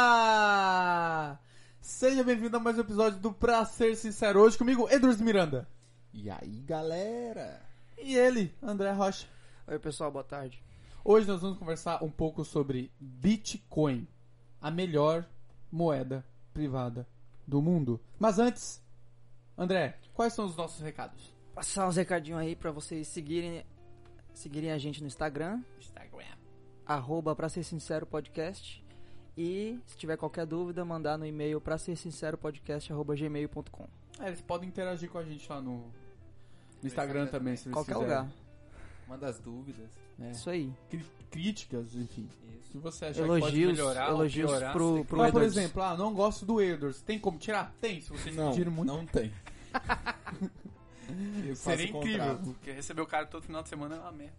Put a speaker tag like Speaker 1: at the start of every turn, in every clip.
Speaker 1: Olá! Seja bem-vindo a mais um episódio do Pra Ser Sincero. Hoje comigo, Edwards Miranda.
Speaker 2: E aí, galera?
Speaker 1: E ele, André Rocha.
Speaker 3: Oi, pessoal, boa tarde.
Speaker 1: Hoje nós vamos conversar um pouco sobre Bitcoin, a melhor moeda privada do mundo. Mas antes, André, quais são os nossos recados?
Speaker 3: Passar uns recadinhos aí pra vocês seguirem, seguirem a gente no Instagram,
Speaker 1: Instagram.
Speaker 3: arroba pra ser sincero podcast. E se tiver qualquer dúvida, mandar no e-mail pra ser sincero podcast, arroba gmail.com.
Speaker 1: É, eles podem interagir com a gente lá no, no Instagram,
Speaker 2: Instagram
Speaker 1: também, se eles
Speaker 3: Qualquer
Speaker 1: quiserem.
Speaker 3: lugar.
Speaker 2: Manda as dúvidas.
Speaker 1: É.
Speaker 3: Isso aí.
Speaker 1: Cri- Críticas, enfim. Se
Speaker 2: Isso.
Speaker 1: você achar que pode
Speaker 3: Elogios,
Speaker 1: melhorar, ou
Speaker 3: elogios
Speaker 1: piorar,
Speaker 3: pro,
Speaker 2: tem
Speaker 3: pro
Speaker 1: Mas, por
Speaker 3: Edwards.
Speaker 1: exemplo, ah, não gosto do Edwards. Tem como tirar? Tem, se vocês
Speaker 2: Não,
Speaker 1: pedirem muito.
Speaker 2: não tem. Eu faço
Speaker 1: Seria
Speaker 2: o contrato.
Speaker 1: incrível, porque receber o cara todo final de semana é uma merda.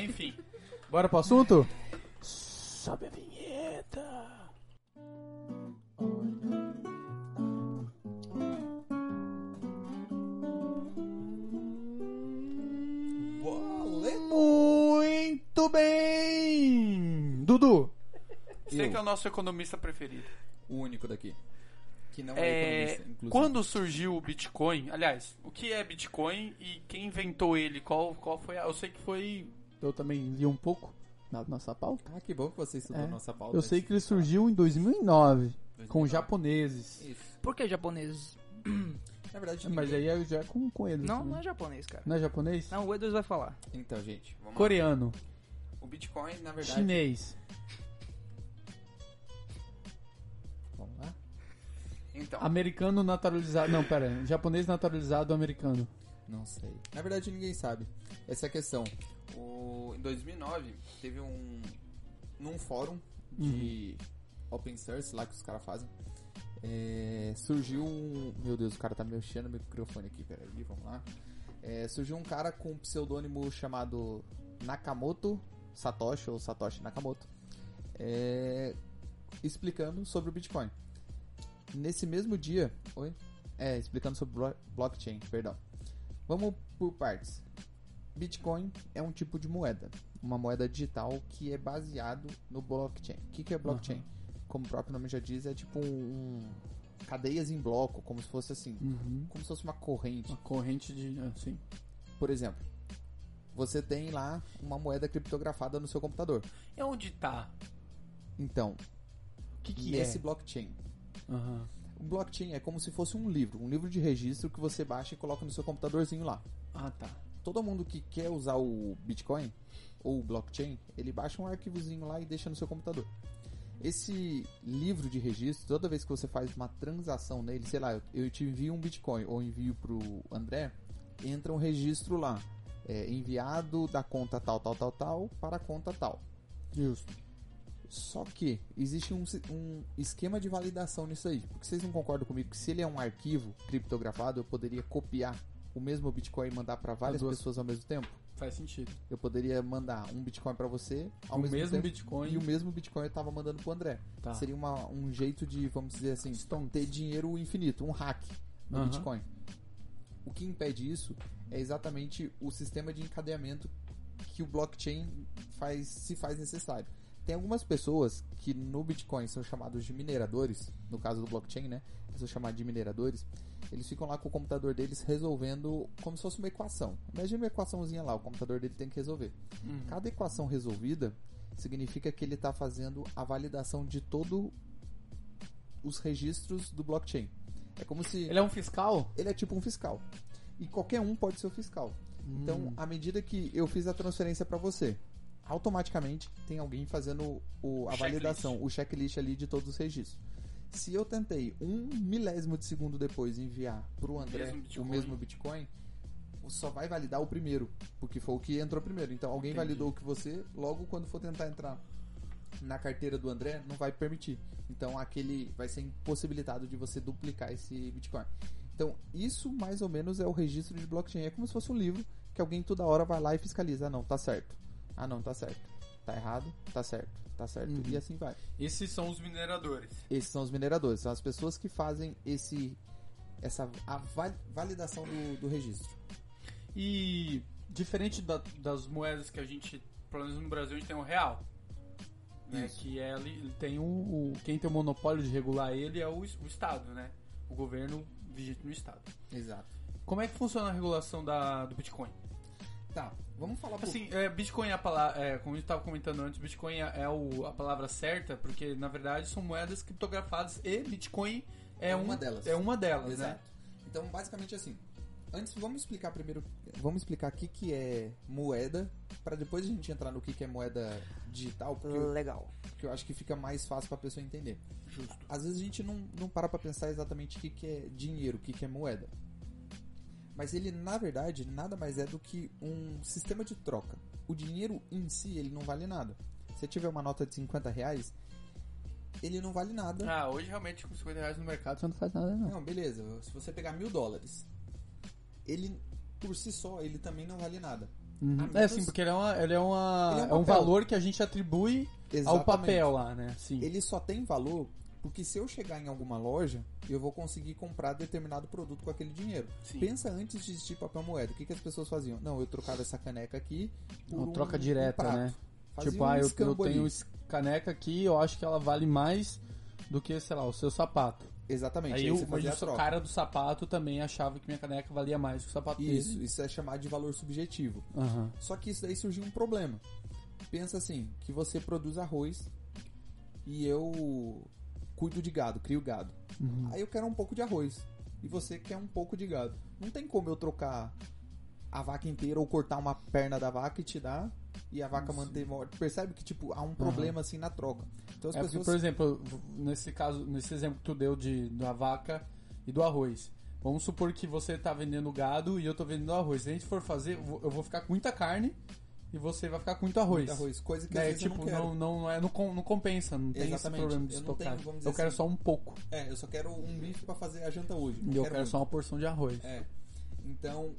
Speaker 1: Enfim. Bora pro assunto? Sobe a vinheta. Muito bem! Dudu, você
Speaker 2: Eu.
Speaker 1: que é o nosso economista preferido.
Speaker 2: O único daqui. Que não é,
Speaker 1: É,
Speaker 2: economista, inclusive.
Speaker 1: quando surgiu o Bitcoin, aliás, o que é Bitcoin e quem inventou ele? Qual, qual foi a. Eu sei que foi. Eu também li um pouco na nossa pauta.
Speaker 2: Ah, que bom que você estudou
Speaker 1: É,
Speaker 2: nossa pauta. Ah,
Speaker 1: Eu sei
Speaker 2: antes
Speaker 1: que ele
Speaker 2: de falar.
Speaker 1: surgiu em 2009 com
Speaker 2: 2009.
Speaker 1: japoneses.
Speaker 2: Isso.
Speaker 3: Por que japoneses?
Speaker 2: Na verdade,
Speaker 1: Mas
Speaker 2: ninguém-
Speaker 1: aí é- já é com, com eles.
Speaker 3: Não,
Speaker 1: também.
Speaker 3: não é japonês, cara.
Speaker 1: Não é japonês?
Speaker 3: Não, o Edwards vai falar.
Speaker 2: Então, gente, vamos lá.
Speaker 1: Coreano,
Speaker 2: O Bitcoin, na verdade...
Speaker 1: chinês.
Speaker 2: Vamos lá. Então,
Speaker 1: Americano naturalizado. Não, pera. Japonês naturalizado americano.
Speaker 2: Não sei. Na verdade, ninguém sabe. Essa é a questão. O, em 2009, teve um. Num fórum de
Speaker 1: Uhum.
Speaker 2: open source lá que os caras fazem. é, surgiu um. Meu Deus, o cara tá mexendo no microfone aqui, peraí, vamos lá. É, surgiu um cara com um pseudônimo chamado Nakamoto Satoshi, ou Satoshi Nakamoto, é, explicando sobre o Bitcoin. Nesse mesmo dia. Oi? É, explicando sobre blo- blockchain, perdão. Vamos por partes. Bitcoin é um tipo de moeda, uma moeda digital que é baseado no blockchain. O que, que é blockchain? Como o próprio nome já diz, é tipo um, um- cadeias em bloco, como se fosse assim,
Speaker 1: Uhum.
Speaker 2: como se fosse uma corrente.
Speaker 1: Uma corrente de. Assim.
Speaker 2: Por exemplo, você tem lá uma moeda criptografada no seu computador.
Speaker 1: É onde tá?
Speaker 2: Então,
Speaker 1: O que, que
Speaker 2: nesse
Speaker 1: é?
Speaker 2: blockchain,
Speaker 1: Aham.
Speaker 2: o blockchain é como se fosse um livro, um livro de registro que você baixa e coloca no seu computadorzinho lá.
Speaker 1: Ah, tá.
Speaker 2: todo mundo que quer usar o Bitcoin ou o blockchain, ele baixa um arquivozinho lá e deixa no seu computador. Esse livro de registro, toda vez que você faz uma transação nele, sei lá, eu, eu te envio um Bitcoin ou envio pro André, entra um registro lá. é, enviado da conta tal, tal, tal, tal para a conta tal.
Speaker 1: Justo.
Speaker 2: Só que existe um, si- um esquema de validação nisso aí. Porque vocês não concordam comigo que se ele é um arquivo criptografado, eu poderia copiar o mesmo Bitcoin e mandar para várias
Speaker 1: duas.
Speaker 2: pessoas ao mesmo tempo?
Speaker 1: Faz sentido.
Speaker 2: Eu poderia mandar um Bitcoin pra você, ao
Speaker 1: o
Speaker 2: mesmo,
Speaker 1: mesmo um
Speaker 2: tempo,
Speaker 1: Bitcoin.
Speaker 2: e o mesmo Bitcoin eu tava mandando pro André.
Speaker 1: Tá.
Speaker 2: Seria uma- um jeito de, vamos dizer assim,
Speaker 1: Stonks.
Speaker 2: ter dinheiro infinito, um hack no
Speaker 1: Aham.
Speaker 2: Bitcoin. O que impede isso é exatamente o sistema de encadeamento que o blockchain faz, se faz necessário. Tem algumas pessoas que no Bitcoin são chamados de mineradores, no caso do blockchain, né? Eles são chamados de mineradores. Eles ficam lá com o computador deles resolvendo como se fosse uma equação. Imagina uma equaçãozinha lá, o computador dele tem que resolver.
Speaker 1: Uhum.
Speaker 2: Cada equação resolvida significa que ele está fazendo a validação de todos os registros do blockchain. É como se
Speaker 1: Ele é um fiscal?
Speaker 2: ele é tipo um fiscal. E qualquer um pode ser o fiscal. Então,
Speaker 1: Hum.
Speaker 2: à medida que eu fiz a transferência para você, automaticamente tem alguém fazendo o- a
Speaker 1: Checklist.
Speaker 2: validação, o checklist ali de todos os registros. Se eu tentei um milésimo de segundo depois enviar para o André
Speaker 1: mesmo
Speaker 2: o
Speaker 1: Bitcoin.
Speaker 2: mesmo Bitcoin, só vai validar o primeiro, porque foi o que entrou primeiro. Então, alguém
Speaker 1: Entendi.
Speaker 2: validou o que você, logo quando for tentar entrar na carteira do André, não vai permitir. Então, aquele vai ser impossibilitado de você duplicar esse Bitcoin. Então, isso mais ou menos é o registro de blockchain. É como se fosse um livro que alguém toda hora vai lá e fiscaliza. Ah, não, tá certo. Ah, não, tá certo. Tá errado, tá certo, tá certo.
Speaker 1: Uhum.
Speaker 2: E assim vai.
Speaker 1: Esses são os mineradores.
Speaker 2: Esses são os mineradores, são as pessoas que fazem esse essa a va- validação do, do registro.
Speaker 1: E diferente da- das moedas que a gente, pelo menos no Brasil, a gente tem o real. né?
Speaker 2: Isso.
Speaker 1: Que é, ali- ele tem o, o- quem tem o monopólio de regular ele é o, es- o Estado, né? O governo vigente no Estado.
Speaker 2: Exato.
Speaker 1: Como é que funciona a regulação da, do Bitcoin?
Speaker 2: Tá, vamos falar por-
Speaker 1: Assim, é, Bitcoin é a palavra, como eu estava comentando antes, Bitcoin é, é o- a palavra certa, porque na verdade são moedas criptografadas e Bitcoin é,
Speaker 2: É
Speaker 1: um-
Speaker 2: uma delas.
Speaker 1: É uma delas, né?
Speaker 2: Exato. Então, basicamente assim. Antes, vamos explicar primeiro. Vamos explicar o que, que é moeda, para depois a gente entrar no que, que é moeda digital, porque eu,
Speaker 3: Legal.
Speaker 2: porque eu acho que fica mais fácil para a pessoa entender.
Speaker 1: Justo.
Speaker 2: Às vezes a gente não, não para para pensar exatamente o que, que é dinheiro, o que, que é moeda. Mas ele, na verdade, nada mais é do que um sistema de troca. O dinheiro em si, ele não vale nada. Se você tiver uma nota de 50 reais, ele não vale nada.
Speaker 1: Ah, hoje realmente com 50 reais no mercado você não faz nada, não.
Speaker 2: Não, beleza. Se você pegar mil dólares, ele por si só ele também não vale nada.
Speaker 1: É assim, porque ele é, uma, ele é, uma,
Speaker 2: Ah, Ele é um
Speaker 1: é um
Speaker 2: papel.
Speaker 1: valor que a gente atribui ao
Speaker 2: Exatamente.
Speaker 1: papel lá, né? Sim.
Speaker 2: Ele só tem valor porque se eu chegar em alguma loja, eu vou conseguir comprar determinado produto com aquele dinheiro.
Speaker 1: Sim.
Speaker 2: Pensa antes de existir papel moeda. O que, que as pessoas faziam? Não, eu trocava essa caneca aqui por
Speaker 1: É Uma
Speaker 2: um-
Speaker 1: troca
Speaker 2: um
Speaker 1: direta,
Speaker 2: prato.
Speaker 1: né?
Speaker 2: Fazia
Speaker 1: Tipo,
Speaker 2: um
Speaker 1: ah, eu, eu
Speaker 2: escambo ali.
Speaker 1: tenho esse caneca aqui, eu acho que ela vale mais do que, sei lá, o seu sapato.
Speaker 2: Exatamente.
Speaker 1: Aí,
Speaker 2: aí você
Speaker 1: o,
Speaker 2: fazia a
Speaker 1: mas o
Speaker 2: troca.
Speaker 1: cara do sapato também achava que minha caneca valia mais que o sapato
Speaker 2: Isso,
Speaker 1: dele.
Speaker 2: isso é chamado de valor subjetivo.
Speaker 1: Aham.
Speaker 2: Só que isso daí surgiu um problema. Pensa assim, que você produz arroz e eu cuido de gado, crio gado.
Speaker 1: Uhum.
Speaker 2: Aí eu quero um pouco de arroz e você quer um pouco de gado. Não tem como eu trocar a vaca inteira ou cortar uma perna da vaca e te dar e a vaca manter morta. Percebe que tipo há um problema assim na troca. Então as
Speaker 1: É porque,
Speaker 2: pessoas
Speaker 1: por exemplo, nesse caso, nesse exemplo que tu deu de, da vaca e do arroz. Vamos supor que você tá vendendo gado e eu tô vendendo arroz. Se a gente for fazer, eu vou- eu vou ficar com muita carne e você vai ficar com muito arroz.
Speaker 2: Muito arroz, coisa que às
Speaker 1: É,
Speaker 2: vezes eu
Speaker 1: tipo,
Speaker 2: não quero.
Speaker 1: não, não, não é, não, com- não compensa, não tem
Speaker 2: Exatamente.
Speaker 1: esse problema de
Speaker 2: Eu não tenho,
Speaker 1: estocar.
Speaker 2: vamos dizer
Speaker 1: Eu quero
Speaker 2: assim,
Speaker 1: só um pouco.
Speaker 2: É, eu só quero um bife pra fazer a janta hoje. não um-
Speaker 1: E eu quero
Speaker 2: muito.
Speaker 1: só uma porção de arroz.
Speaker 2: É. Então,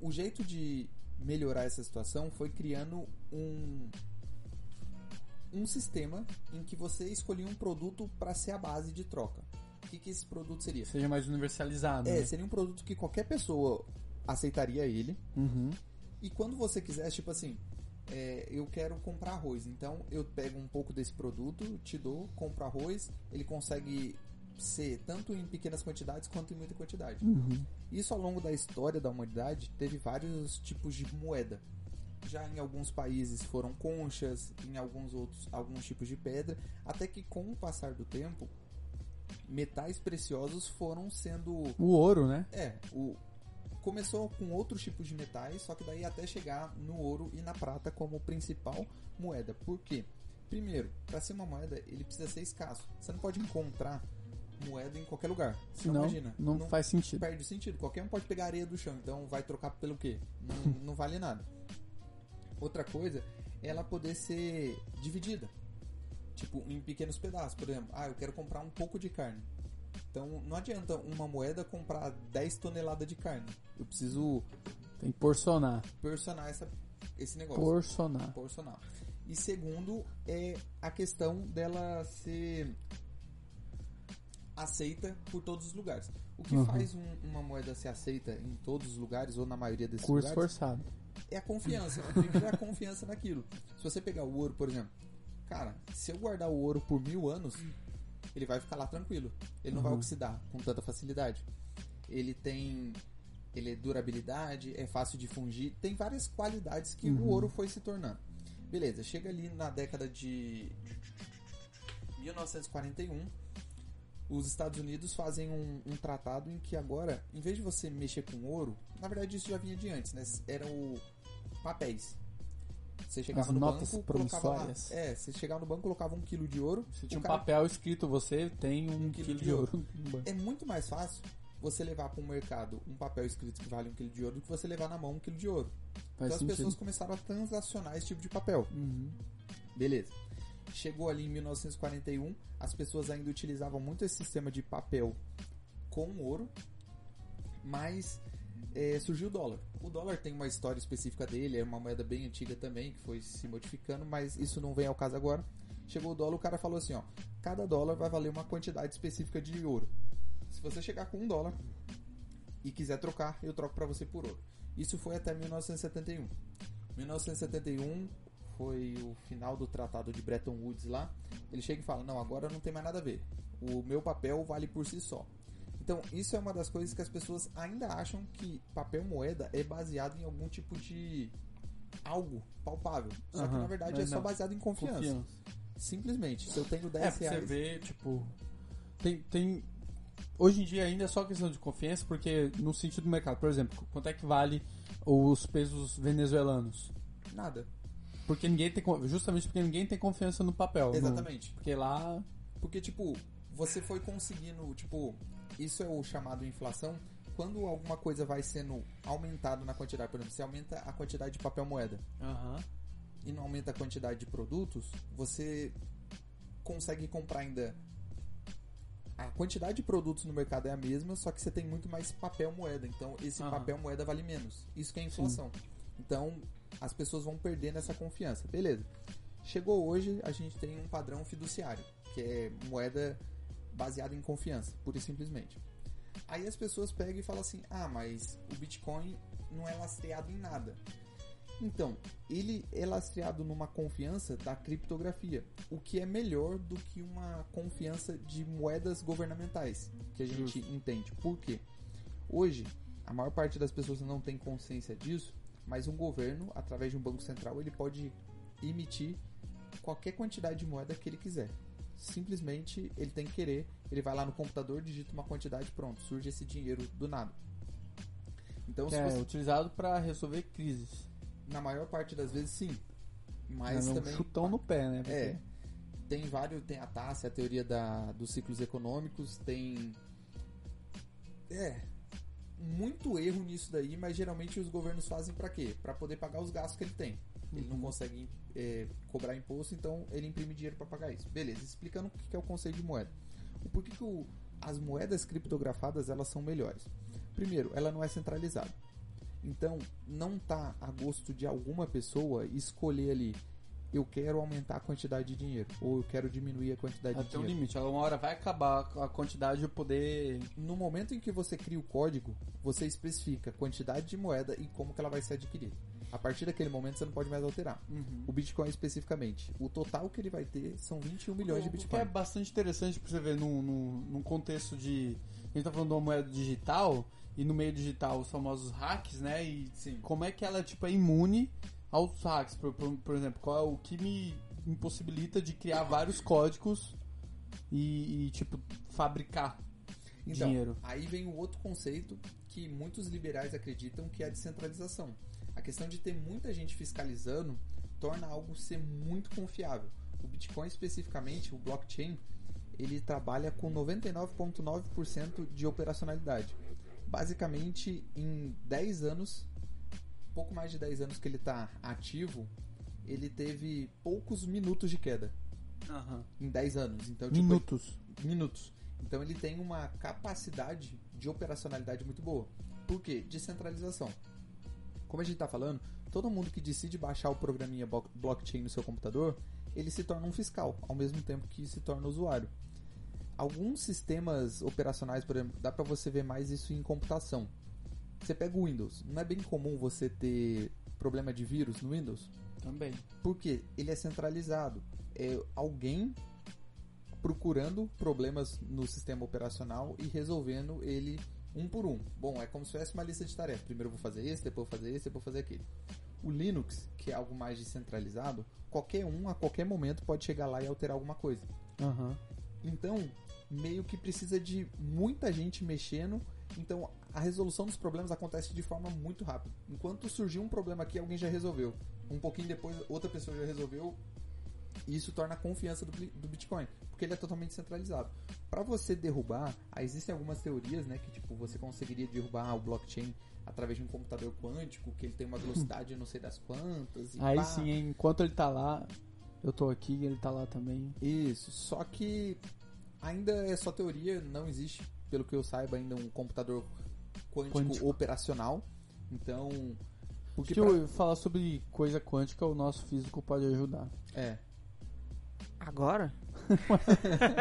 Speaker 2: o jeito de melhorar essa situação foi criando um um sistema em que você escolhia um produto para ser a base de troca. O que, que esse produto seria?
Speaker 1: Seja mais universalizado.
Speaker 2: É,
Speaker 1: né?
Speaker 2: seria um produto que qualquer pessoa aceitaria ele.
Speaker 1: Uhum.
Speaker 2: E quando você quiser, tipo assim, é, eu quero comprar arroz, então eu pego um pouco desse produto, te dou, compro arroz, ele consegue ser tanto em pequenas quantidades quanto em muita quantidade.
Speaker 1: uhum.
Speaker 2: Isso ao longo da história da humanidade teve vários tipos de moeda. Já em alguns países foram conchas, em alguns outros alguns tipos de pedra, até que com o passar do tempo metais preciosos foram sendo
Speaker 1: O ouro, né?
Speaker 2: é, o começou com outros tipos de metais, só que daí até chegar no ouro e na prata como principal moeda. Por quê? Primeiro, para ser uma moeda, ele precisa ser escasso. Você não pode encontrar moeda em qualquer lugar. Então,
Speaker 1: Senão,
Speaker 2: imagina,
Speaker 1: não, faz sentido.
Speaker 2: perde o sentido. Qualquer um pode pegar areia do chão, então vai trocar pelo quê? Não, não vale nada. Outra coisa é ela poder ser dividida. Tipo, em pequenos pedaços. Por exemplo, ah, eu quero comprar um pouco de carne. Então não adianta uma moeda comprar 10 toneladas de carne. Eu preciso
Speaker 1: Tem que porcionar.
Speaker 2: porcionar essa, esse negócio.
Speaker 1: Porcionar.
Speaker 2: Porcionar. E segundo é a questão dela ser aceita por todos os lugares. O que
Speaker 1: Uhum.
Speaker 2: faz um- uma moeda ser aceita em todos os lugares ou na maioria desses
Speaker 1: Curso
Speaker 2: lugares
Speaker 1: forçado.
Speaker 2: é a confiança. Primeiro é a confiança naquilo. Se você pegar o ouro, por exemplo, cara, se eu guardar o ouro por mil anos, ele vai ficar lá tranquilo. Ele não vai
Speaker 1: Uhum.
Speaker 2: oxidar com tanta facilidade. Ele tem. Ele é durabilidade, é fácil de fungir. Tem várias qualidades que
Speaker 1: Uhum.
Speaker 2: o ouro foi se tornando. Beleza, chega ali na década de 1941. Os Estados Unidos fazem um, um tratado em que agora, em vez de você mexer com ouro, na verdade isso já vinha de antes, né? Eram o- papéis. Você chegava
Speaker 1: As
Speaker 2: no
Speaker 1: notas
Speaker 2: banco, colocava lá-
Speaker 1: promissórias.
Speaker 2: É, você chegava no banco, colocava um quilo de ouro.
Speaker 1: Se
Speaker 2: o
Speaker 1: tinha um
Speaker 2: cara-
Speaker 1: papel escrito, você tem um quilo, de ouro. no banco.
Speaker 2: é muito mais fácil você levar para um mercado um papel escrito que vale um quilo de ouro do que você levar na mão um quilo de ouro.
Speaker 1: Faz
Speaker 2: então as
Speaker 1: sentido.
Speaker 2: pessoas começaram a transacionar esse tipo de papel.
Speaker 1: Uhum.
Speaker 2: Beleza. Chegou ali em 1941, as pessoas ainda utilizavam muito esse sistema de papel com ouro, mas é, surgiu o dólar. O dólar tem uma história específica dele, é uma moeda bem antiga também, que foi se modificando, mas isso não vem ao caso agora. Chegou o dólar, o cara falou assim, ó, cada dólar vai valer uma quantidade específica de ouro. Se você chegar com um dólar e quiser trocar, um. eu troco pra você por ouro. Isso foi até 1971. 1971 foi o final do tratado de Bretton Woods lá, ele chega e fala: "Não, agora não tem mais nada a ver. O meu papel vale por si só". Então, isso é uma das coisas que as pessoas ainda acham que papel moeda é baseado em algum tipo de algo palpável. Só que
Speaker 1: Aham,
Speaker 2: na verdade
Speaker 1: mas
Speaker 2: é só
Speaker 1: não.
Speaker 2: baseado em confiança. Simplesmente, se eu tenho 10
Speaker 1: É, pra você
Speaker 2: reais,
Speaker 1: vê, tipo. Tem, tem. Hoje em dia ainda é só questão de confiança, porque no sentido do mercado, por exemplo, quanto é que vale os pesos venezuelanos?
Speaker 2: nada.
Speaker 1: Porque ninguém tem. con- Justamente porque ninguém tem confiança no papel. no-
Speaker 2: Exatamente.
Speaker 1: porque lá.
Speaker 2: Porque, tipo, você foi conseguindo, tipo, isso é o chamado inflação. Quando alguma coisa vai sendo aumentada na quantidade, por exemplo, você aumenta a quantidade de papel moeda
Speaker 1: é
Speaker 2: e não aumenta a quantidade de produtos, você consegue comprar ainda. A quantidade de produtos no mercado é a mesma, só que você tem muito mais papel moeda. Então, esse
Speaker 1: Aham.
Speaker 2: papel moeda vale menos. Isso que é inflação. Então, as pessoas vão perdendo essa confiança. Beleza. Chegou hoje, a gente tem um padrão fiduciário, que é moeda baseada em confiança, pura e simplesmente. Aí as pessoas pegam e falam assim: ah, mas o Bitcoin não é lastreado em nada. Então, ele é lastreado numa confiança da criptografia, o que é melhor do que uma confiança de moedas governamentais, que a gente entende. Por quê? Hoje, a maior parte das pessoas não tem consciência disso, mas um governo, através de um banco central, ele pode emitir qualquer quantidade de moeda que ele quiser. Simplesmente ele tem que querer, ele vai lá no computador, digita uma quantidade, pronto, surge esse dinheiro do nada. Então,
Speaker 1: Que
Speaker 2: se
Speaker 1: é
Speaker 2: você,
Speaker 1: utilizado pra resolver crises. né?
Speaker 2: na maior parte das vezes, sim. Mas
Speaker 1: Mas é um
Speaker 2: também
Speaker 1: chutão no pé, né? Porque-
Speaker 2: é. Tem vários, tem a taça, a teoria da, dos ciclos econômicos, tem. É. Muito erro nisso daí, mas geralmente os governos fazem pra quê? Pra poder pagar os gastos que ele tem. Ele não consegue é, cobrar imposto, então ele imprime dinheiro pra pagar isso. Beleza, explicando o que que é o conceito de moeda. O porquê que o- as moedas criptografadas elas são melhores. Primeiro, ela não é centralizada. Então, não tá a gosto de alguma pessoa escolher ali, eu quero aumentar a quantidade de dinheiro, ou eu quero diminuir a quantidade de
Speaker 1: Até um
Speaker 2: dinheiro.
Speaker 1: limite. Uma hora vai acabar a quantidade de poder.
Speaker 2: No momento em que você cria o código, você especifica a quantidade de moeda e como que ela vai ser adquirida. A partir daquele momento, você não pode mais alterar.
Speaker 1: Uhum.
Speaker 2: O Bitcoin especificamente. O total que ele vai ter são 21 milhões de
Speaker 1: O que
Speaker 2: Bitcoin.
Speaker 1: é bastante interessante pra você ver num, num, num contexto de. A gente tá falando de uma moeda digital e no meio digital os famosos hacks, né? E
Speaker 2: Sim.
Speaker 1: como é que ela tipo, é imune aos hacks? Por, por- por exemplo, qual é o que me impossibilita de criar vários códigos e, e, tipo, fabricar
Speaker 2: Então,
Speaker 1: dinheiro?
Speaker 2: aí vem o outro conceito que muitos liberais acreditam que é a descentralização. A questão de ter muita gente fiscalizando torna algo ser muito confiável. O Bitcoin especificamente, o blockchain, ele trabalha com 99,9% de operacionalidade. Basicamente, em 10 anos, pouco mais de 10 anos que ele está ativo, ele teve poucos minutos de queda. Em 10 anos. Então, tipo, ele
Speaker 1: Minutos.
Speaker 2: minutos. Então ele tem uma capacidade de operacionalidade muito boa. Por quê? Descentralização. Como a gente está falando, todo mundo que decide baixar o programinha bo- blockchain no seu computador, ele se torna um fiscal, ao mesmo tempo que se torna usuário. Alguns sistemas operacionais, por exemplo, dá para você ver mais isso em computação. Você pega o Windows, não é bem comum você ter problema de vírus no Windows?
Speaker 1: Também.
Speaker 2: Porque ele é centralizado. É alguém procurando problemas no sistema operacional e resolvendo ele um por um. Bom, é como se fosse uma lista de tarefas. Primeiro eu vou fazer esse, depois eu vou fazer esse, depois eu vou fazer aquele. O Linux, que é algo mais descentralizado, qualquer um a qualquer momento pode chegar lá e alterar alguma coisa. Então, meio que precisa de muita gente mexendo. Então, a resolução dos problemas acontece de forma muito rápida. Enquanto surgiu um problema aqui, alguém já resolveu. Um pouquinho depois, outra pessoa já resolveu. E Isso torna a confiança do, Bli- do Bitcoin, porque ele é totalmente centralizado. Para você derrubar, ah, existem algumas teorias, né, que tipo você conseguiria derrubar o blockchain através de um computador quântico, que ele tem uma velocidade não sei das quantas. E
Speaker 1: Aí
Speaker 2: pá.
Speaker 1: sim, hein, enquanto ele tá lá, eu tô aqui, ele tá lá também.
Speaker 2: Isso, só que ainda é só teoria, não existe, pelo que eu saiba, ainda um computador quântico,
Speaker 1: Quântico.
Speaker 2: operacional. Então,
Speaker 1: Porque
Speaker 2: porque
Speaker 1: que
Speaker 2: pra-
Speaker 1: eu falar sobre coisa quântica, o nosso físico pode ajudar.
Speaker 2: é,
Speaker 3: Agora?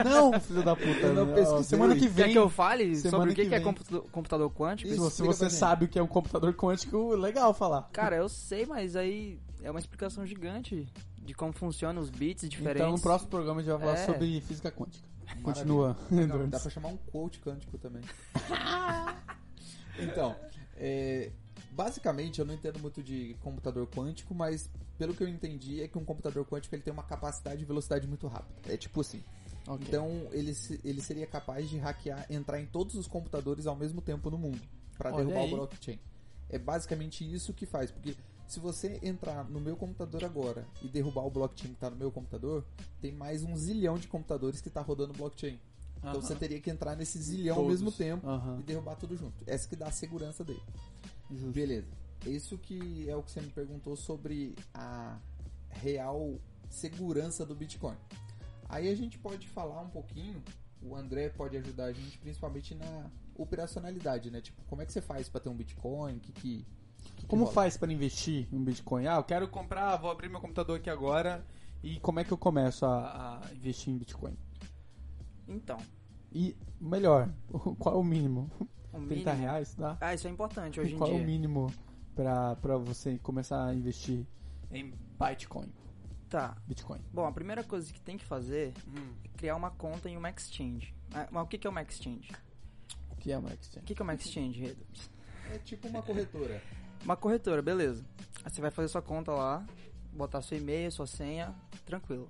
Speaker 1: Não, filho da puta.
Speaker 2: Eu não
Speaker 1: Ó,
Speaker 2: pesquisei.
Speaker 1: Semana que
Speaker 3: Quer
Speaker 1: vem.
Speaker 3: que eu fale
Speaker 1: Semana
Speaker 3: sobre o que,
Speaker 1: que
Speaker 3: que é
Speaker 1: vem.
Speaker 3: computa- computador quântico?
Speaker 1: Se
Speaker 2: Explica
Speaker 1: você
Speaker 2: pra gente.
Speaker 1: sabe o que é um computador quântico, legal falar.
Speaker 3: Cara, eu sei, mas aí é uma explicação gigante de como funcionam os bits diferentes.
Speaker 1: Então no próximo programa a gente vai falar
Speaker 3: É.
Speaker 1: sobre física quântica.
Speaker 2: Maravilha.
Speaker 1: Continua.
Speaker 2: Legal,
Speaker 1: Edwards.
Speaker 2: dá pra chamar um coach cântico também. então, é, basicamente eu não entendo muito de computador quântico, mas pelo que eu entendi é que um computador quântico ele tem uma capacidade e velocidade muito rápida. É tipo assim.
Speaker 1: Ok.
Speaker 2: Então ele, se- ele seria capaz de hackear, entrar em todos os computadores ao mesmo tempo no mundo pra
Speaker 1: Olha
Speaker 2: derrubar
Speaker 1: aí.
Speaker 2: o blockchain. É basicamente isso que faz, porque se você entrar no meu computador agora e derrubar o blockchain que tá no meu computador, tem mais um zilhão de computadores que tá rodando o blockchain. Então
Speaker 1: Aham.
Speaker 2: você teria que entrar nesse zilhão ao
Speaker 1: Todos.
Speaker 2: mesmo tempo
Speaker 1: Aham.
Speaker 2: e derrubar tudo junto. Essa que dá a segurança dele.
Speaker 1: Justo.
Speaker 2: Beleza. Isso que é o que você me perguntou sobre a real segurança do Bitcoin. Aí a gente pode falar um pouquinho, o André pode ajudar a gente principalmente na operacionalidade, né? Tipo, como é que você faz pra ter um Bitcoin? Que que, que que
Speaker 1: Como
Speaker 2: rola?
Speaker 1: faz pra investir em Bitcoin? Ah, eu quero comprar, vou abrir meu computador aqui agora. E como é que eu começo a, a investir em Bitcoin?
Speaker 3: Então,
Speaker 1: E, melhor, qual é o mínimo?
Speaker 3: o
Speaker 1: 30
Speaker 3: mínimo-
Speaker 1: reais, dá?
Speaker 3: Ah, isso é importante hoje
Speaker 1: E
Speaker 3: em
Speaker 1: qual
Speaker 3: dia.
Speaker 1: é o mínimo pra, pra você começar a investir em Bitcoin?
Speaker 3: Tá.
Speaker 1: Bitcoin.
Speaker 3: Bom, a primeira coisa que tem que fazer
Speaker 1: Hum.
Speaker 3: é criar uma conta em uma exchange. Ah, Mas o que que é uma exchange?
Speaker 1: O que é uma
Speaker 3: O
Speaker 1: exchange?
Speaker 3: que que é uma exchange, Redo?
Speaker 2: É tipo uma corretora.
Speaker 3: Uma corretora, beleza. Aí você vai fazer sua conta lá, botar seu e-mail, sua senha, tranquilo.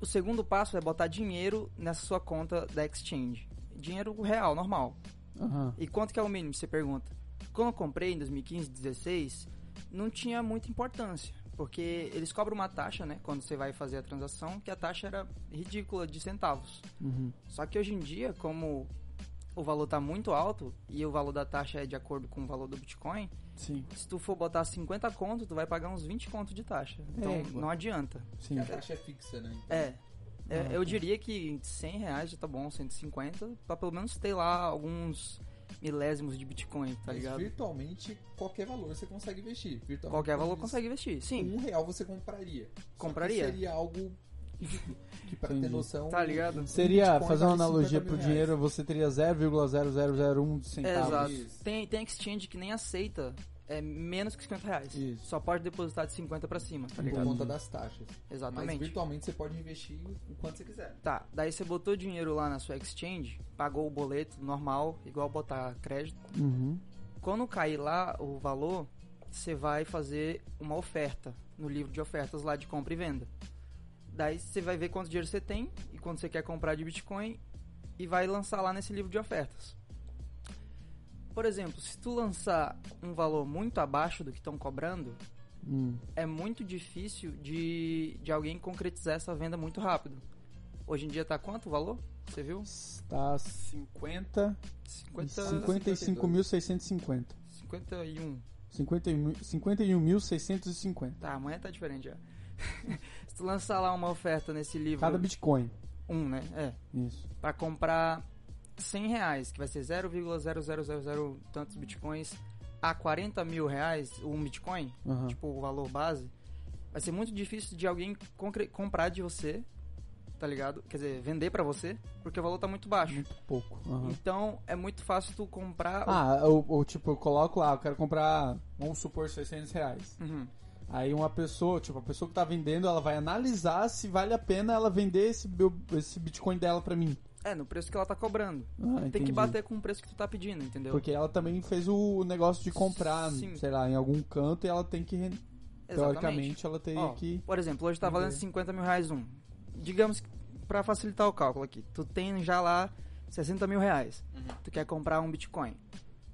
Speaker 3: O segundo passo é botar dinheiro nessa sua conta da exchange. Dinheiro real, normal.
Speaker 1: Aham.
Speaker 3: E quanto que é o mínimo, você pergunta? Quando eu comprei em 2015, 2016, não tinha muita importância. Porque eles cobram uma taxa, né? Quando você vai fazer a transação, que a taxa era ridícula de centavos.
Speaker 1: Uhum.
Speaker 3: Só que hoje em dia, como o valor está muito alto e o valor da taxa é de acordo com o valor do Bitcoin,
Speaker 1: Sim,
Speaker 3: se tu for botar 50 conto, tu vai pagar uns 20 conto de taxa. Então
Speaker 1: É,
Speaker 3: não adianta.
Speaker 1: sim.
Speaker 2: A
Speaker 3: um
Speaker 2: taxa é fixa, né? Então,
Speaker 3: É. É,
Speaker 1: Ah,
Speaker 3: eu
Speaker 1: tá.
Speaker 3: diria que 100 reais já tá bom, 150, pra pelo menos ter lá alguns milésimos de Bitcoin, tá
Speaker 2: mas
Speaker 3: ligado?
Speaker 2: virtualmente qualquer valor você consegue investir. Virtualmente,
Speaker 3: Qualquer valor
Speaker 2: você-
Speaker 3: consegue investir, sim.
Speaker 2: Um real você compraria. Só que
Speaker 3: Compraria.
Speaker 2: Seria algo ridículo, que pra ter
Speaker 1: Entendi.
Speaker 2: noção.
Speaker 3: Tá ligado?
Speaker 1: Seria,
Speaker 2: Bitcoin
Speaker 1: fazer uma
Speaker 2: vale
Speaker 1: analogia
Speaker 2: 50 mil
Speaker 1: pro
Speaker 2: reais.
Speaker 1: dinheiro, você teria 0,0001
Speaker 3: É,
Speaker 1: centavos.
Speaker 3: exato.
Speaker 2: Isso.
Speaker 3: Tem, tem exchange que nem aceita é, menos que 50 reais.
Speaker 1: Isso.
Speaker 3: Só pode depositar de 50 pra cima, tá
Speaker 2: Por
Speaker 3: ligado?
Speaker 2: conta das taxas. Mas
Speaker 3: Exatamente.
Speaker 2: virtualmente você pode investir o quanto você quiser. É
Speaker 3: Tá, daí você botou dinheiro lá na sua exchange, pagou o boleto normal, igual botar crédito.
Speaker 1: Uhum.
Speaker 3: Quando cair lá o valor, você vai fazer uma oferta no livro de ofertas lá de compra e venda. Daí você vai ver quanto dinheiro você tem e quanto você quer comprar de Bitcoin e vai lançar lá nesse livro de ofertas. Por exemplo, se tu lançar um valor muito abaixo do que estão cobrando,
Speaker 1: Hum.
Speaker 3: é muito difícil de, de alguém concretizar essa venda muito rápido. Hoje em dia tá quanto o valor? Você viu?
Speaker 1: Está 50 Tá e
Speaker 3: 50,
Speaker 1: 55.650.
Speaker 3: 51.
Speaker 1: 51.650. 51.650.
Speaker 3: Tá, amanhã tá diferente já. Se tu lançar lá uma oferta nesse livro,
Speaker 1: Cada Bitcoin.
Speaker 3: um, né? É.
Speaker 1: Isso.
Speaker 3: Pra comprar 100 reais, que vai ser 0,0000 tantos bitcoins, a 40 mil reais, um bitcoin,
Speaker 1: Aham.
Speaker 3: tipo o valor base, vai ser muito difícil de alguém concre- comprar de você, tá ligado? Quer dizer, vender pra você, porque o valor tá muito baixo.
Speaker 1: Muito Tipo, pouco. Aham.
Speaker 3: Então é muito fácil tu comprar.
Speaker 1: Ah, ou, ou, tipo, eu coloco lá, eu quero comprar, vamos supor, 600 reais.
Speaker 3: Uhum.
Speaker 1: Aí uma pessoa, tipo, a pessoa que tá vendendo, ela vai analisar se vale a pena ela vender esse, meu- esse Bitcoin dela pra mim.
Speaker 3: É, no preço que ela tá cobrando.
Speaker 1: Ah,
Speaker 3: Tem
Speaker 1: entendi.
Speaker 3: que bater com o preço que tu tá pedindo, entendeu?
Speaker 1: Porque ela também fez o negócio de comprar,
Speaker 3: Sim.
Speaker 1: sei lá, em algum canto e ela tem que, re-
Speaker 3: Exatamente.
Speaker 1: teoricamente, ela tem
Speaker 3: Ó,
Speaker 1: que...
Speaker 3: Por exemplo, hoje tá valendo
Speaker 1: Entendi.
Speaker 3: 50 mil reais um. Digamos que, pra facilitar o cálculo aqui, tu tem já lá 60 mil reais. Tu quer comprar um Bitcoin.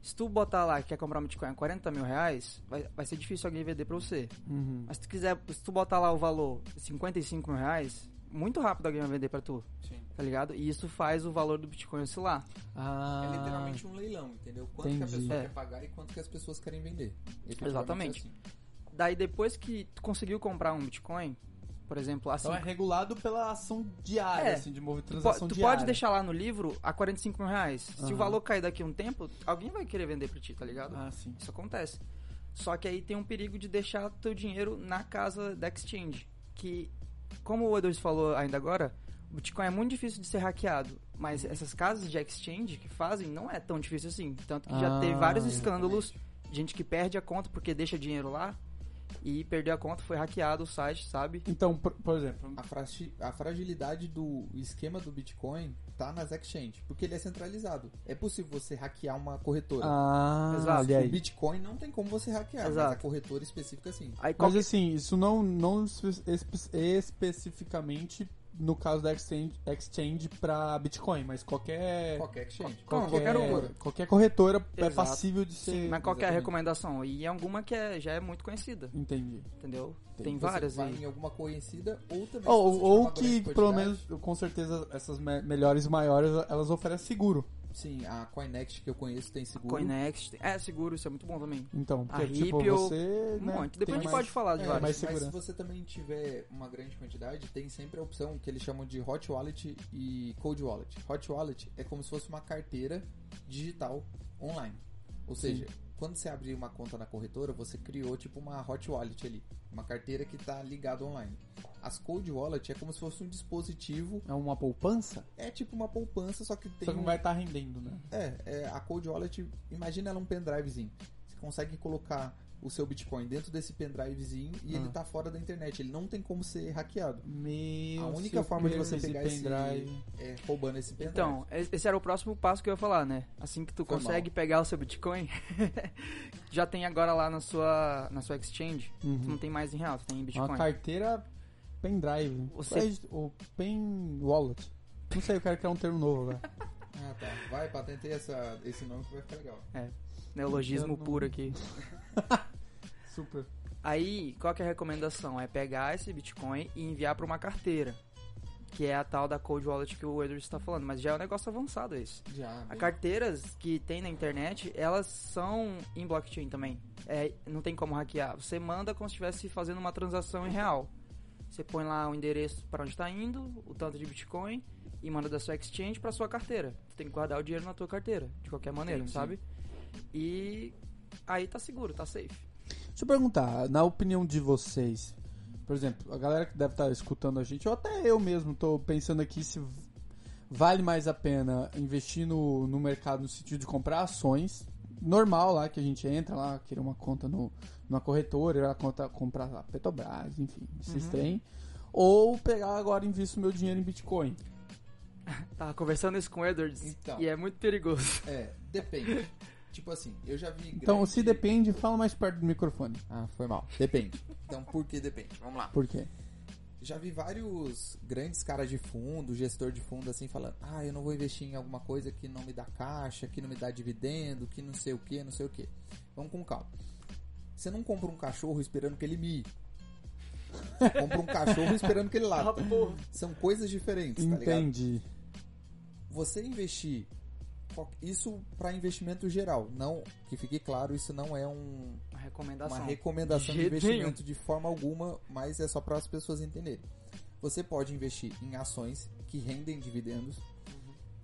Speaker 3: Se tu botar lá que quer comprar um Bitcoin a 40 mil reais, vai, vai ser difícil alguém vender pra você.
Speaker 1: Uhum.
Speaker 3: Mas se tu quiser, se tu botar lá o valor 55 mil reais, muito rápido alguém vai vender pra tu,
Speaker 2: Sim.
Speaker 3: tá ligado? E isso faz o valor do Bitcoin oscilar.
Speaker 1: Ah,
Speaker 2: É literalmente um leilão, entendeu? Quanto que a
Speaker 1: entendi.
Speaker 2: pessoa
Speaker 3: É.
Speaker 2: quer pagar e quanto que as pessoas querem vender. Efetivamente
Speaker 3: Exatamente.
Speaker 2: é assim.
Speaker 3: Daí depois que tu conseguiu comprar um Bitcoin, por exemplo, assim,
Speaker 1: Então é regulado pela ação diária,
Speaker 3: É.
Speaker 1: assim, de mover
Speaker 3: Tu,
Speaker 1: transação
Speaker 3: po- tu
Speaker 1: diária.
Speaker 3: pode deixar lá no livro a 45 mil reais. Se
Speaker 1: Aham.
Speaker 3: o valor cair daqui a um tempo, alguém vai querer vender pra ti, tá ligado?
Speaker 1: Ah, sim.
Speaker 3: Isso acontece. Só que aí tem um perigo de deixar teu dinheiro na casa da exchange. Que, como o Edwards falou ainda agora, o Bitcoin é muito difícil de ser hackeado. Mas essas casas de exchange que fazem não é tão difícil assim. Tanto que já
Speaker 1: Ah,
Speaker 3: teve vários
Speaker 1: exatamente.
Speaker 3: escândalos, gente que perde a conta porque deixa dinheiro lá. e perdeu a conta, foi hackeado o site, sabe?
Speaker 1: Então, por, por exemplo,
Speaker 2: A, fragi- a fragilidade do esquema do Bitcoin tá nas exchanges, porque ele é centralizado. É possível você hackear uma corretora.
Speaker 1: ah,
Speaker 3: Exato.
Speaker 1: olha
Speaker 2: O
Speaker 1: aí.
Speaker 2: Bitcoin não tem como você hackear, mas
Speaker 3: Exato.
Speaker 2: a corretora específica sim.
Speaker 3: Aí
Speaker 1: Mas
Speaker 3: qualquer...
Speaker 1: assim, isso não, não espe- espe- especificamente no caso da exchange, exchange para Bitcoin, mas
Speaker 3: É.
Speaker 1: qualquer
Speaker 2: Qualquer exchange.
Speaker 1: qualquer,
Speaker 2: qualquer uma.
Speaker 1: qualquer corretora é
Speaker 3: um, Exato.
Speaker 1: passível de ser.
Speaker 3: Sim, mas qual que é a
Speaker 2: exatamente.
Speaker 3: recomendação? E é alguma que é- já é muito conhecida,
Speaker 1: Entendi.
Speaker 3: entendeu? Tem,
Speaker 2: Você
Speaker 3: várias
Speaker 2: vai
Speaker 3: aí.
Speaker 2: em alguma conhecida ou também...
Speaker 1: Ou,
Speaker 2: se você
Speaker 1: ou
Speaker 2: tiver uma
Speaker 1: que,
Speaker 2: grande
Speaker 1: pelo
Speaker 2: quantidade.
Speaker 1: menos, com certeza, essas me- melhores e maiores, elas oferecem seguro.
Speaker 2: Sim, a Coinext que eu conheço tem seguro.
Speaker 3: Coinext. É, seguro, isso é muito bom também.
Speaker 1: Então, porque,
Speaker 3: A
Speaker 1: tipo,
Speaker 3: Ripple,
Speaker 1: você...
Speaker 3: Um
Speaker 1: né,
Speaker 3: monte. Depois
Speaker 1: tem
Speaker 3: a gente
Speaker 1: mais-
Speaker 3: pode falar de
Speaker 2: É,
Speaker 1: mais
Speaker 3: várias.
Speaker 2: mas
Speaker 1: segurança.
Speaker 2: se você também tiver uma grande quantidade, tem sempre a opção que eles chamam de hot wallet e cold wallet. Hot wallet é como se fosse uma carteira digital online. Ou seja, quando você abrir uma conta na corretora, você criou tipo uma hot wallet ali, uma carteira que está ligada online. As cold wallet é como se fosse um dispositivo,
Speaker 1: É uma poupança?
Speaker 2: é tipo uma poupança, só que tem
Speaker 1: Só que
Speaker 2: um-
Speaker 1: não vai estar rendendo, né?
Speaker 2: é, é, a Cold Wallet, imagina ela um pendrivezinho. Você consegue colocar o seu Bitcoin dentro desse pendrivezinho e
Speaker 1: Ah.
Speaker 2: ele tá fora da internet. Ele não tem como ser hackeado.
Speaker 1: Meu
Speaker 2: A única
Speaker 1: seu
Speaker 2: forma de
Speaker 1: Deus,
Speaker 2: você
Speaker 1: esse
Speaker 2: pegar esse- É roubando esse pendrive.
Speaker 3: Então, e- esse era o próximo passo que eu ia falar, né? Assim que tu
Speaker 2: Foi
Speaker 3: consegue pegar o seu Bitcoin, já tem agora lá na sua, na sua exchange. Tu não
Speaker 1: Uhum.
Speaker 3: tem mais em real,
Speaker 2: Ah,
Speaker 3: tu tem
Speaker 2: tá.
Speaker 3: em
Speaker 1: Uma
Speaker 3: Bitcoin.
Speaker 1: carteira pendrive.
Speaker 3: Você-
Speaker 1: Mas O pen wallet. Não sei, eu quero criar um termo novo agora.
Speaker 2: Ah, tá. Vai, patentei essa, esse nome que vai ficar legal.
Speaker 3: Neologismo
Speaker 1: Eu não-
Speaker 3: puro aqui.
Speaker 1: Super.
Speaker 3: Aí, qual que é a recomendação? É pegar esse Bitcoin e enviar para uma carteira. Que é a tal da Cold Wallet que o Edward está falando. Mas já é um negócio avançado esse.
Speaker 2: Já.
Speaker 3: As
Speaker 2: bem-
Speaker 3: carteiras que tem na internet, elas são em blockchain também. É, não tem como hackear. Você manda como se estivesse fazendo uma transação em real. Você põe lá o endereço para onde está indo, o tanto de Bitcoin, e manda da sua exchange para sua carteira. Tu tem que guardar o dinheiro na tua carteira, de qualquer maneira,
Speaker 2: Entendi.
Speaker 3: sabe? E aí tá seguro, tá safe.
Speaker 1: Deixa eu perguntar, na opinião de vocês, por exemplo, a galera que deve estar escutando a gente, ou até eu mesmo tô pensando aqui se vale mais a pena investir no, no mercado no sentido de comprar ações, normal lá, que a gente entra lá, querer uma conta no, numa corretora, ir lá conta, comprar lá, Petrobras, enfim,
Speaker 2: Uhum.
Speaker 1: esses trem, ou pegar agora e investir o meu dinheiro em Bitcoin.
Speaker 3: Tava conversando isso com o Edwards
Speaker 2: Então.
Speaker 3: e é muito perigoso.
Speaker 2: É, depende. tipo assim, eu já vi.
Speaker 1: Então,
Speaker 2: grande-
Speaker 1: se depende, fala mais perto do microfone.
Speaker 2: Ah, foi mal. Depende. Então, por que depende? Vamos lá.
Speaker 1: Por quê?
Speaker 2: Já vi vários grandes caras de fundo, gestor de fundo, assim, falando: ah, eu não vou investir em alguma coisa que não me dá caixa, que não me dá dividendo, que não sei o que, não sei o que. Vamos com calma. Você não compra um cachorro esperando que ele mie. Você compra um cachorro esperando que ele lata. São coisas diferentes, tá ligado?
Speaker 1: Entendi.
Speaker 2: Você investir. qual- Isso para investimento geral, não que fique claro, isso não é um,
Speaker 3: Uma recomendação.
Speaker 2: uma recomendação
Speaker 3: De
Speaker 2: de,
Speaker 3: jeito
Speaker 2: investimento de forma alguma, mas é só para as pessoas entenderem. Você pode investir em ações que rendem dividendos.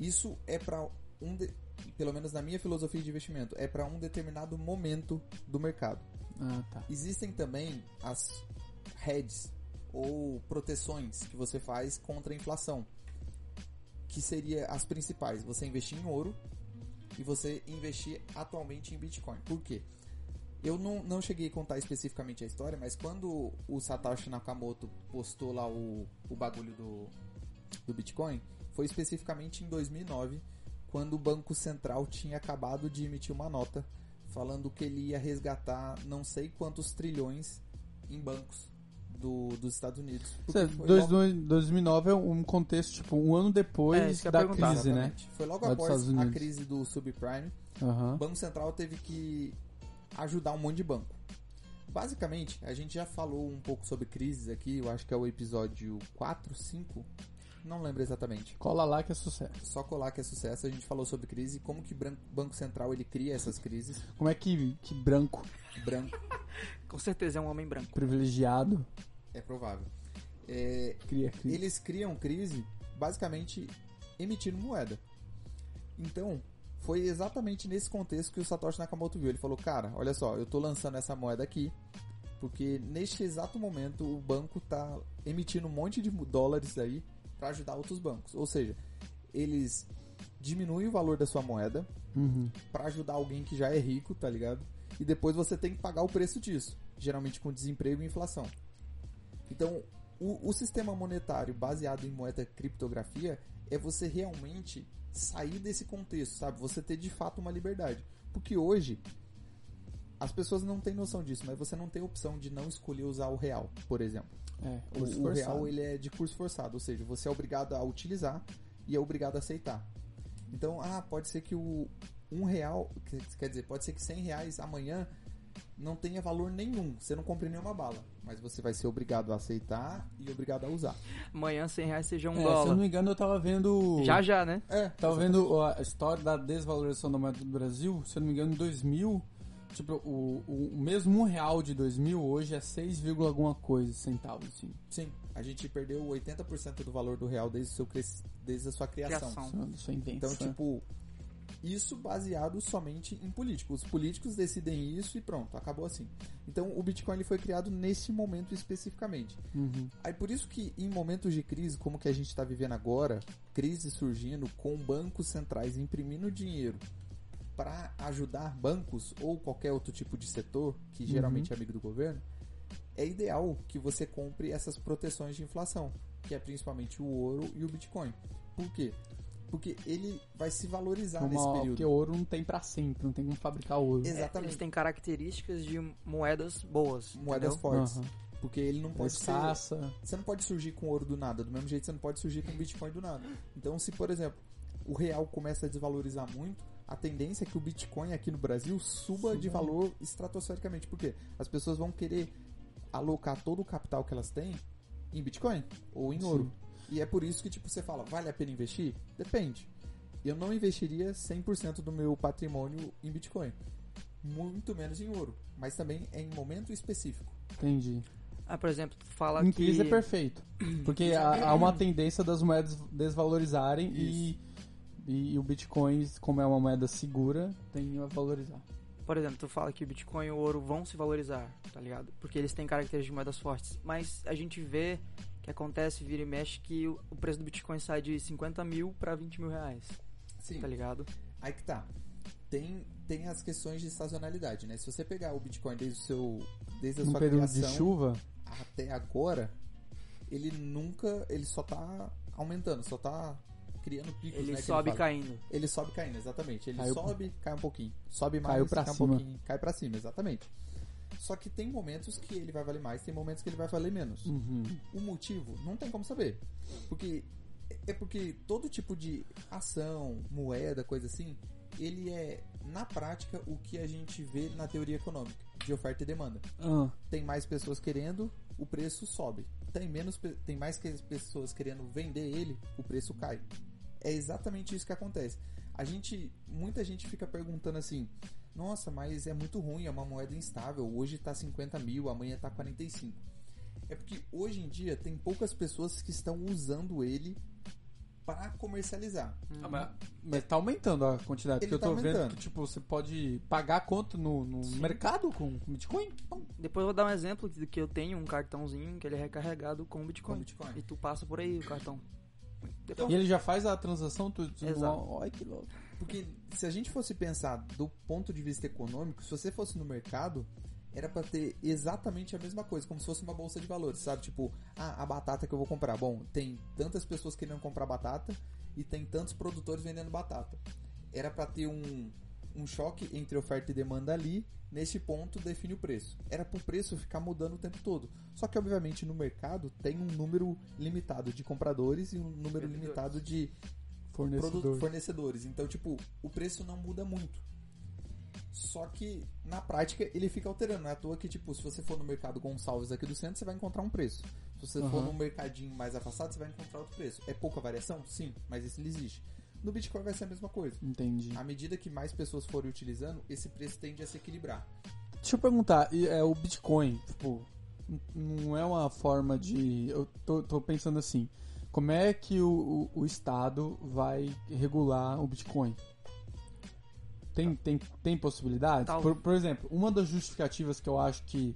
Speaker 2: Isso é para um, de- pelo menos na minha filosofia de investimento, é para um determinado momento do mercado.
Speaker 1: Ah, tá.
Speaker 2: Existem também as hedges ou proteções que você faz contra a inflação, que seria as principais. Você investir em ouro e você investir atualmente em Bitcoin. Por quê? Eu não, não cheguei a contar especificamente a história, mas quando o Satoshi Nakamoto postou lá o, o bagulho do, do Bitcoin, foi especificamente em 2009, quando o Banco Central tinha acabado de emitir uma nota falando que ele ia resgatar não sei quantos trilhões em bancos do, dos Estados Unidos. Porque
Speaker 1: Cê,
Speaker 2: foi
Speaker 1: dois-
Speaker 2: logo-
Speaker 1: dois- 2009 é um contexto, tipo, um ano
Speaker 3: É,
Speaker 1: depois
Speaker 3: isso que eu ia
Speaker 1: da
Speaker 3: perguntar.
Speaker 1: crise, né?
Speaker 2: Exatamente. Foi logo
Speaker 1: Lá dos Estados
Speaker 2: após a
Speaker 1: Unidos.
Speaker 2: crise do subprime.
Speaker 1: Aham.
Speaker 2: O Banco Central teve que ajudar um monte de banco. Basicamente, a gente já falou um pouco sobre crises aqui, eu acho que é o episódio 4, 5, não lembro exatamente.
Speaker 1: Cola lá que é sucesso.
Speaker 2: Só colar que é sucesso, a gente falou sobre crise, como que o Banco Central ele cria essas crises,
Speaker 1: Como é que, que branco,
Speaker 2: branco,
Speaker 3: Com certeza é um homem branco.
Speaker 1: privilegiado,
Speaker 2: é provável. É,
Speaker 1: cria crise?
Speaker 2: eles criam crise basicamente emitindo moeda. Então, foi exatamente nesse contexto que o Satoshi Nakamoto viu. Ele falou, cara, olha só, eu tô lançando essa moeda aqui, porque neste exato momento o banco tá emitindo um monte de dólares aí para ajudar outros bancos. Ou seja, eles diminuem o valor da sua moeda
Speaker 1: Uhum.
Speaker 2: para ajudar alguém que já é rico, tá ligado? E depois você tem que pagar o preço disso. geralmente com desemprego e inflação. Então, o, o sistema monetário baseado em moeda criptografia é você realmente sair desse contexto, sabe? Você ter de fato uma liberdade. Porque hoje, as pessoas não têm noção disso, mas você não tem opção de não escolher usar o real, por exemplo.
Speaker 1: É,
Speaker 2: O,
Speaker 1: curso
Speaker 2: o
Speaker 1: forçado.
Speaker 2: real ele é de curso forçado, ou seja, você é obrigado a utilizar e é obrigado a aceitar. Então, ah, pode ser que o um real, que- quer dizer, pode ser que 100 reais amanhã não tenha valor nenhum, você não compre nenhuma bala, mas você vai ser obrigado a aceitar e obrigado a usar.
Speaker 3: Amanhã 100 reais seja um
Speaker 1: É, se eu
Speaker 3: dólar.
Speaker 1: não me engano, eu tava vendo.
Speaker 3: Já já, né?
Speaker 2: É,
Speaker 1: Tava vendo a história da desvalorização da moeda do Brasil, se eu não me engano, em 2000. Tipo, o, o, o mesmo um real de 2000 hoje é 6, alguma coisa centavos, assim.
Speaker 2: sim, a gente perdeu 80% do valor do real desde, o seu, cres- desde a sua criação.
Speaker 3: Criação.
Speaker 1: Isso é- Isso é
Speaker 2: Então,
Speaker 1: intenso. né?
Speaker 2: tipo, isso baseado somente em políticos. Os políticos decidem isso e pronto, acabou assim. Então, o Bitcoin ele foi criado nesse momento especificamente.
Speaker 1: Uhum.
Speaker 2: Aí por isso que em momentos de crise, como que a gente está vivendo agora, crise surgindo com bancos centrais imprimindo dinheiro para ajudar bancos ou qualquer outro tipo de setor que
Speaker 1: Uhum.
Speaker 2: geralmente é amigo do governo, é ideal que você compre essas proteções de inflação, que é principalmente o ouro e o Bitcoin. Por quê? Porque ele vai se valorizar nesse
Speaker 1: Uma- porque
Speaker 2: período.
Speaker 1: ouro não tem pra sempre, não tem como fabricar ouro.
Speaker 2: Exato.
Speaker 3: É, Eles
Speaker 2: Exatamente.
Speaker 3: têm características de moedas boas.
Speaker 2: Moedas
Speaker 3: entendeu?
Speaker 2: fortes.
Speaker 1: Aham.
Speaker 2: Porque ele não pode ser
Speaker 1: Escassa.
Speaker 2: Você não pode surgir com ouro do nada, do mesmo jeito você não pode surgir com Bitcoin do nada. Então, se por exemplo, o real começa a desvalorizar muito, a tendência é que o Bitcoin aqui no Brasil suba de valor estratosfericamente. Por quê? As pessoas vão querer alocar todo o capital que elas têm em Bitcoin ou em
Speaker 1: Sim.
Speaker 2: ouro. E é por isso que tipo você fala, vale a pena investir? Depende. Eu não investiria 100% do meu patrimônio em Bitcoin, muito menos em ouro, mas também é em momento específico.
Speaker 1: Entendi.
Speaker 3: Ah, por exemplo, tu fala
Speaker 1: Em
Speaker 3: que...
Speaker 1: crise é perfeito. Porque há, há uma tendência das moedas desvalorizarem e, e, o Bitcoin, como é uma moeda segura, tem a valorizar.
Speaker 3: Por exemplo, tu fala que o Bitcoin e o ouro vão se valorizar, tá ligado? Porque eles têm características de moedas fortes. Mas a gente vê que acontece, vira e mexe, que o o preço do Bitcoin sai de 50 mil pra 20 mil reais,
Speaker 2: Sim.
Speaker 3: tá ligado?
Speaker 2: Aí que tá. Tem, tem as questões de estacionalidade, né? Se você pegar o Bitcoin desde o seu desde a
Speaker 1: Num
Speaker 2: sua
Speaker 1: Um período
Speaker 2: criação
Speaker 1: de chuva,
Speaker 2: até agora, ele nunca, ele só tá aumentando, só tá criando picos,
Speaker 3: Ele
Speaker 2: né, que
Speaker 3: sobe
Speaker 2: ele fala.
Speaker 3: caindo.
Speaker 2: Ele sobe caindo, exatamente. Ele
Speaker 1: Caiu-
Speaker 2: sobe, cai um pouquinho. Sobe mais,
Speaker 1: Caiu pra
Speaker 2: cai
Speaker 1: cima.
Speaker 2: um pouquinho, cai pra cima, exatamente. Só que tem momentos que ele vai valer mais, tem momentos que ele vai valer menos.
Speaker 1: Uhum.
Speaker 2: O motivo não tem como saber. Porque é porque todo tipo de ação, moeda, coisa assim, ele é na prática o que a gente vê na teoria econômica, de oferta e demanda.
Speaker 1: ah,
Speaker 2: Tem mais pessoas querendo, o preço sobe. Tem menos pe- tem mais que- pessoas querendo vender ele, o preço cai. É exatamente isso que acontece. A gente, muita gente fica perguntando assim: "Nossa, mas é muito ruim, é uma moeda instável. Hoje tá 50 mil, amanhã tá 45". É porque hoje em dia tem poucas pessoas que estão usando ele para comercializar.
Speaker 1: mas, mas tá aumentando a quantidade.
Speaker 2: Ele
Speaker 1: Porque eu
Speaker 2: tá
Speaker 1: tô vendo
Speaker 2: aumentando.
Speaker 1: que tipo, você pode pagar quanto no, no mercado com com Bitcoin?
Speaker 3: Depois eu vou dar um exemplo de que eu tenho um cartãozinho que ele é recarregado com o Bitcoin.
Speaker 2: Com Bitcoin. Então,
Speaker 3: E tu passa por aí o cartão.
Speaker 1: E ele já faz a transação tudo.
Speaker 3: Exato.
Speaker 1: Olha que louco.
Speaker 2: Porque se a gente fosse pensar do ponto de vista econômico, se você fosse no mercado, era pra ter exatamente a mesma coisa, como se fosse uma bolsa de valores, sabe? Tipo, ah, a batata que eu vou comprar. Bom, tem tantas pessoas querendo comprar batata e tem tantos produtores vendendo batata. Era pra ter um, um choque entre oferta e demanda ali, nesse ponto define o preço. Era pro preço ficar mudando o tempo todo. Só que, obviamente, no mercado tem um número limitado de compradores e um número
Speaker 3: Vendedores.
Speaker 2: limitado de
Speaker 1: Fornecedor.
Speaker 2: produ- fornecedores. Então, tipo, o preço não muda muito. Só que, na prática, ele fica alterando. Não é à toa que, tipo, se você for no mercado Gonçalves aqui do centro, você vai encontrar um preço. Se você for
Speaker 1: Aham.
Speaker 2: num mercadinho mais afastado, você vai encontrar outro preço. É pouca variação? Sim, mas isso existe. No Bitcoin vai ser a mesma coisa.
Speaker 1: Entendi.
Speaker 2: À medida que mais pessoas forem utilizando, esse preço tende a se equilibrar.
Speaker 1: Deixa eu perguntar, e, é, o Bitcoin, tipo, n- não é uma forma de. Eu tô, tô pensando assim, como é que o, o, o Estado vai regular o Bitcoin? Tem, tem, tem possibilidade?
Speaker 3: Tal-
Speaker 1: Por, por exemplo, uma das justificativas que eu acho que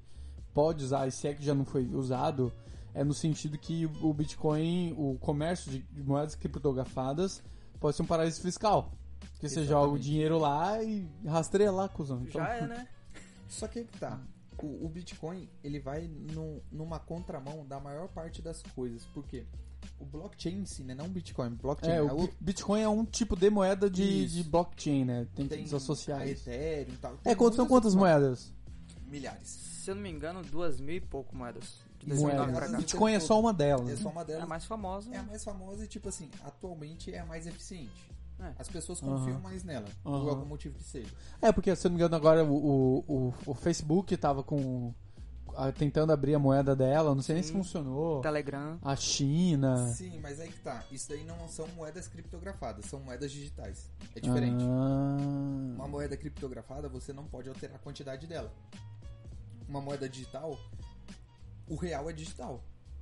Speaker 1: pode usar, e se é que já não foi usado, é no sentido que o Bitcoin, o comércio de de moedas criptografadas, pode ser um paraíso fiscal. Porque você joga o
Speaker 2: Exatamente.
Speaker 1: dinheiro lá e rastreia lá, cuzão. Então,
Speaker 3: Já é, né?
Speaker 2: Só que aí que tá. o, o Bitcoin ele vai num- numa contramão da maior parte das coisas. Por quê? O blockchain em si, né? Não o Bitcoin, blockchain.
Speaker 1: É,
Speaker 2: a
Speaker 1: o
Speaker 2: outra-
Speaker 1: Bi- Bitcoin é um tipo de moeda de,
Speaker 2: Isso.
Speaker 1: de blockchain, né? Tem que
Speaker 2: tem
Speaker 1: desassociar
Speaker 2: a
Speaker 1: isso.
Speaker 2: Ethereum e tal.
Speaker 1: É,
Speaker 2: Tem
Speaker 1: quanto- são
Speaker 2: muitas
Speaker 1: quantas moedas?
Speaker 2: outras- Milhares.
Speaker 3: Se eu não me engano, duas mil e pouco moedas. De
Speaker 2: Isso,
Speaker 3: 2009 pra
Speaker 1: Moedas.
Speaker 3: cá.
Speaker 2: Milhares.
Speaker 1: Bitcoin é só uma delas.
Speaker 2: É
Speaker 1: né?
Speaker 2: só uma
Speaker 3: É
Speaker 2: delas.
Speaker 3: a mais famosa.
Speaker 2: É a mais famosa e, tipo assim, atualmente é a mais eficiente.
Speaker 3: É.
Speaker 2: As pessoas
Speaker 1: Aham.
Speaker 2: confiam mais nela, por
Speaker 1: Aham.
Speaker 2: algum motivo que seja.
Speaker 1: É, porque, se eu não me engano, agora o, o, o, o Facebook tava com. a- tentando abrir a moeda dela, não sei nem se
Speaker 3: Sim.
Speaker 1: funcionou.
Speaker 3: Telegram.
Speaker 1: A China.
Speaker 2: Sim, mas aí que tá. Isso daí não são moedas criptografadas, são moedas digitais. É diferente. Uma
Speaker 1: Ah,
Speaker 2: moeda criptografada, você não pode alterar a quantidade dela. Uma moeda digital, o real é digital.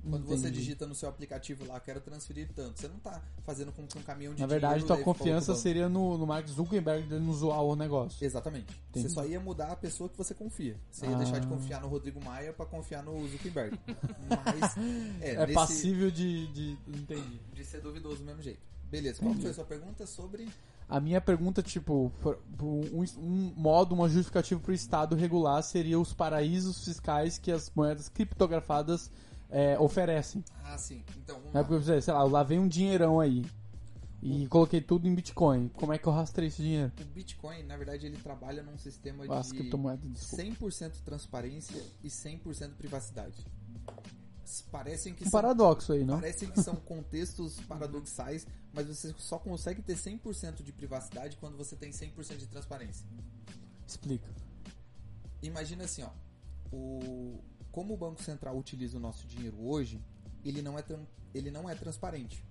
Speaker 2: Quando você
Speaker 1: Entendi.
Speaker 2: digita no seu aplicativo lá, "Ah, quero transferir tanto, você não tá fazendo com que um caminhão de
Speaker 1: Na verdade,
Speaker 2: dinheiro
Speaker 1: tua
Speaker 2: leve pra
Speaker 1: confiança
Speaker 2: outro banco.
Speaker 1: seria no, no Mark Zuckerberg dele não zoar o negócio.
Speaker 2: Exatamente.
Speaker 1: Entendi.
Speaker 2: Você só ia mudar a pessoa que você confia. Você ia
Speaker 1: Ah.
Speaker 2: deixar de confiar no Rodrigo Maia pra confiar no Zuckerberg. Mas é,
Speaker 1: É,
Speaker 2: nesse-
Speaker 1: passível de, de. Entendi.
Speaker 2: de ser duvidoso do mesmo jeito. Beleza, qual foi a sua pergunta sobre
Speaker 1: A minha pergunta, tipo, por- por um, um modo, uma justificativa para o Estado regular seria os paraísos fiscais que as moedas criptografadas é, oferecem.
Speaker 2: Ah, sim. Então, vamos
Speaker 1: Não é
Speaker 2: lá.
Speaker 1: porque, eu sei sei lá, eu lavei um dinheirão aí e coloquei tudo em Bitcoin. Como é que eu rastrei esse dinheiro?
Speaker 2: o Bitcoin, na verdade, ele trabalha num sistema
Speaker 1: Ah, As
Speaker 2: de
Speaker 1: criptomoedas, desculpa.
Speaker 2: 100% transparência e 100% privacidade. S- Parecem que
Speaker 1: Um
Speaker 2: são,
Speaker 1: paradoxo aí, não?
Speaker 2: parecem que são contextos paradoxais, mas você só consegue ter 100% de privacidade quando você tem 100% de transparência.
Speaker 1: Explica.
Speaker 2: Imagina assim, ó, o como o Banco Central utiliza o nosso dinheiro hoje, ele não é tran- ele não é transparente.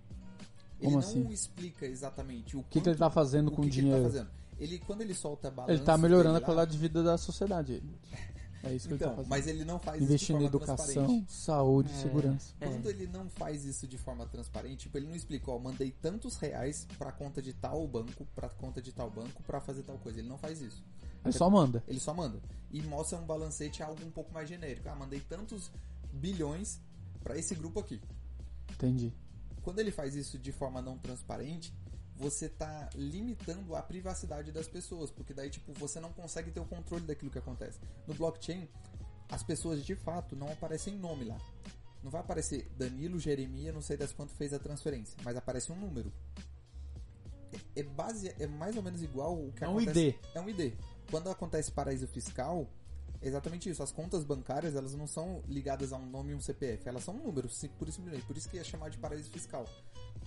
Speaker 1: Como
Speaker 2: Ele não
Speaker 1: assim?
Speaker 2: explica exatamente o
Speaker 1: O que, que ele tá fazendo
Speaker 2: o
Speaker 1: com o
Speaker 2: que que ele tá
Speaker 1: dinheiro?
Speaker 2: fazendo. Ele, quando ele solta a balança.
Speaker 1: Ele tá melhorando a
Speaker 2: dele lá,
Speaker 1: qualidade de vida da sociedade. É isso que ele tá
Speaker 2: Então,
Speaker 1: fazendo.
Speaker 2: mas ele não faz
Speaker 1: Investir
Speaker 2: isso
Speaker 1: na
Speaker 2: de forma
Speaker 1: educação,
Speaker 2: transparente.
Speaker 1: saúde,
Speaker 3: É.
Speaker 1: segurança.
Speaker 3: É.
Speaker 2: Quando ele não faz isso de forma transparente, tipo, ele não explica, ó, mandei tantos reais pra conta de tal banco, pra conta de tal banco, pra fazer tal coisa. Ele não faz isso.
Speaker 1: Ele só manda.
Speaker 2: Ele só manda. E mostra um balancete algo um pouco mais genérico. Ah, mandei tantos bilhões pra esse grupo aqui.
Speaker 1: Entendi.
Speaker 2: Quando ele faz isso de forma não transparente, você tá limitando a privacidade das pessoas, porque daí tipo você não consegue ter o controle daquilo que acontece. No blockchain, as pessoas de fato não aparecem nome lá. Não vai aparecer Danilo Jeremias, não sei das quanto fez a transferência, mas aparece um número. É- É base, é mais ou menos igual o que
Speaker 1: É um
Speaker 2: acontece.
Speaker 1: ID.
Speaker 2: É um ID. Quando acontece paraíso fiscal, é exatamente isso. As contas bancárias, elas não são ligadas a um nome e um CPF. Elas são um número, sim- por isso, por isso que é chamado de paraíso fiscal.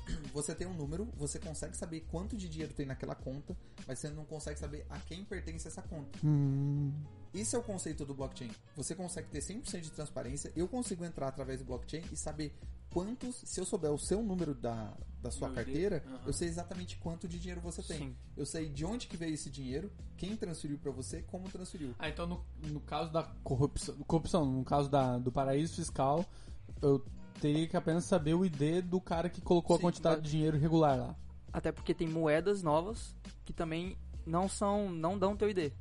Speaker 2: Você tem um número, você consegue saber quanto de dinheiro tem naquela conta, mas você não consegue saber a quem pertence essa conta.
Speaker 1: Hum,
Speaker 2: Esse é o conceito do blockchain. Você consegue ter 100% de transparência. Eu consigo entrar através do blockchain e saber quantos, se eu souber o seu número da, da sua
Speaker 3: Meu
Speaker 2: carteira,
Speaker 3: Deus. Aham.
Speaker 2: eu sei exatamente quanto de dinheiro você tem.
Speaker 3: Sim.
Speaker 2: Eu sei de onde que veio esse dinheiro, quem transferiu pra você, como transferiu.
Speaker 1: Ah, então no, no caso da corrupção, corrupção no caso da, do paraíso fiscal, eu teria que apenas saber o ID do cara que colocou a
Speaker 2: Sim,
Speaker 1: quantidade
Speaker 3: mas-
Speaker 1: de dinheiro regular lá.
Speaker 3: Até porque tem moedas novas que também não são. não dão teu ID.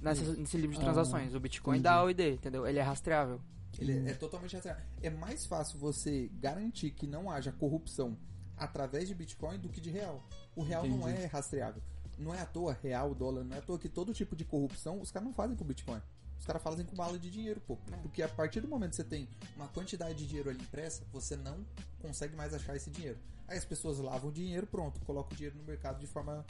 Speaker 3: Nessa, nesse livro de
Speaker 1: Ah,
Speaker 3: transações. o Bitcoin dá o ID, entendeu? Ele é rastreável.
Speaker 2: Ele é- é totalmente rastreável. É mais fácil você garantir que não haja corrupção através de Bitcoin do que de real. O real não
Speaker 1: Entendi.
Speaker 2: é rastreável. Não é à toa real, dólar, não é à toa que todo tipo de corrupção os caras não fazem com Bitcoin. Os caras fazem com bala de dinheiro, pô.
Speaker 1: É.
Speaker 2: Porque a partir do momento que você tem uma quantidade de dinheiro ali impressa, você não consegue mais achar esse dinheiro. Aí as pessoas lavam o dinheiro, pronto, colocam o dinheiro no mercado de forma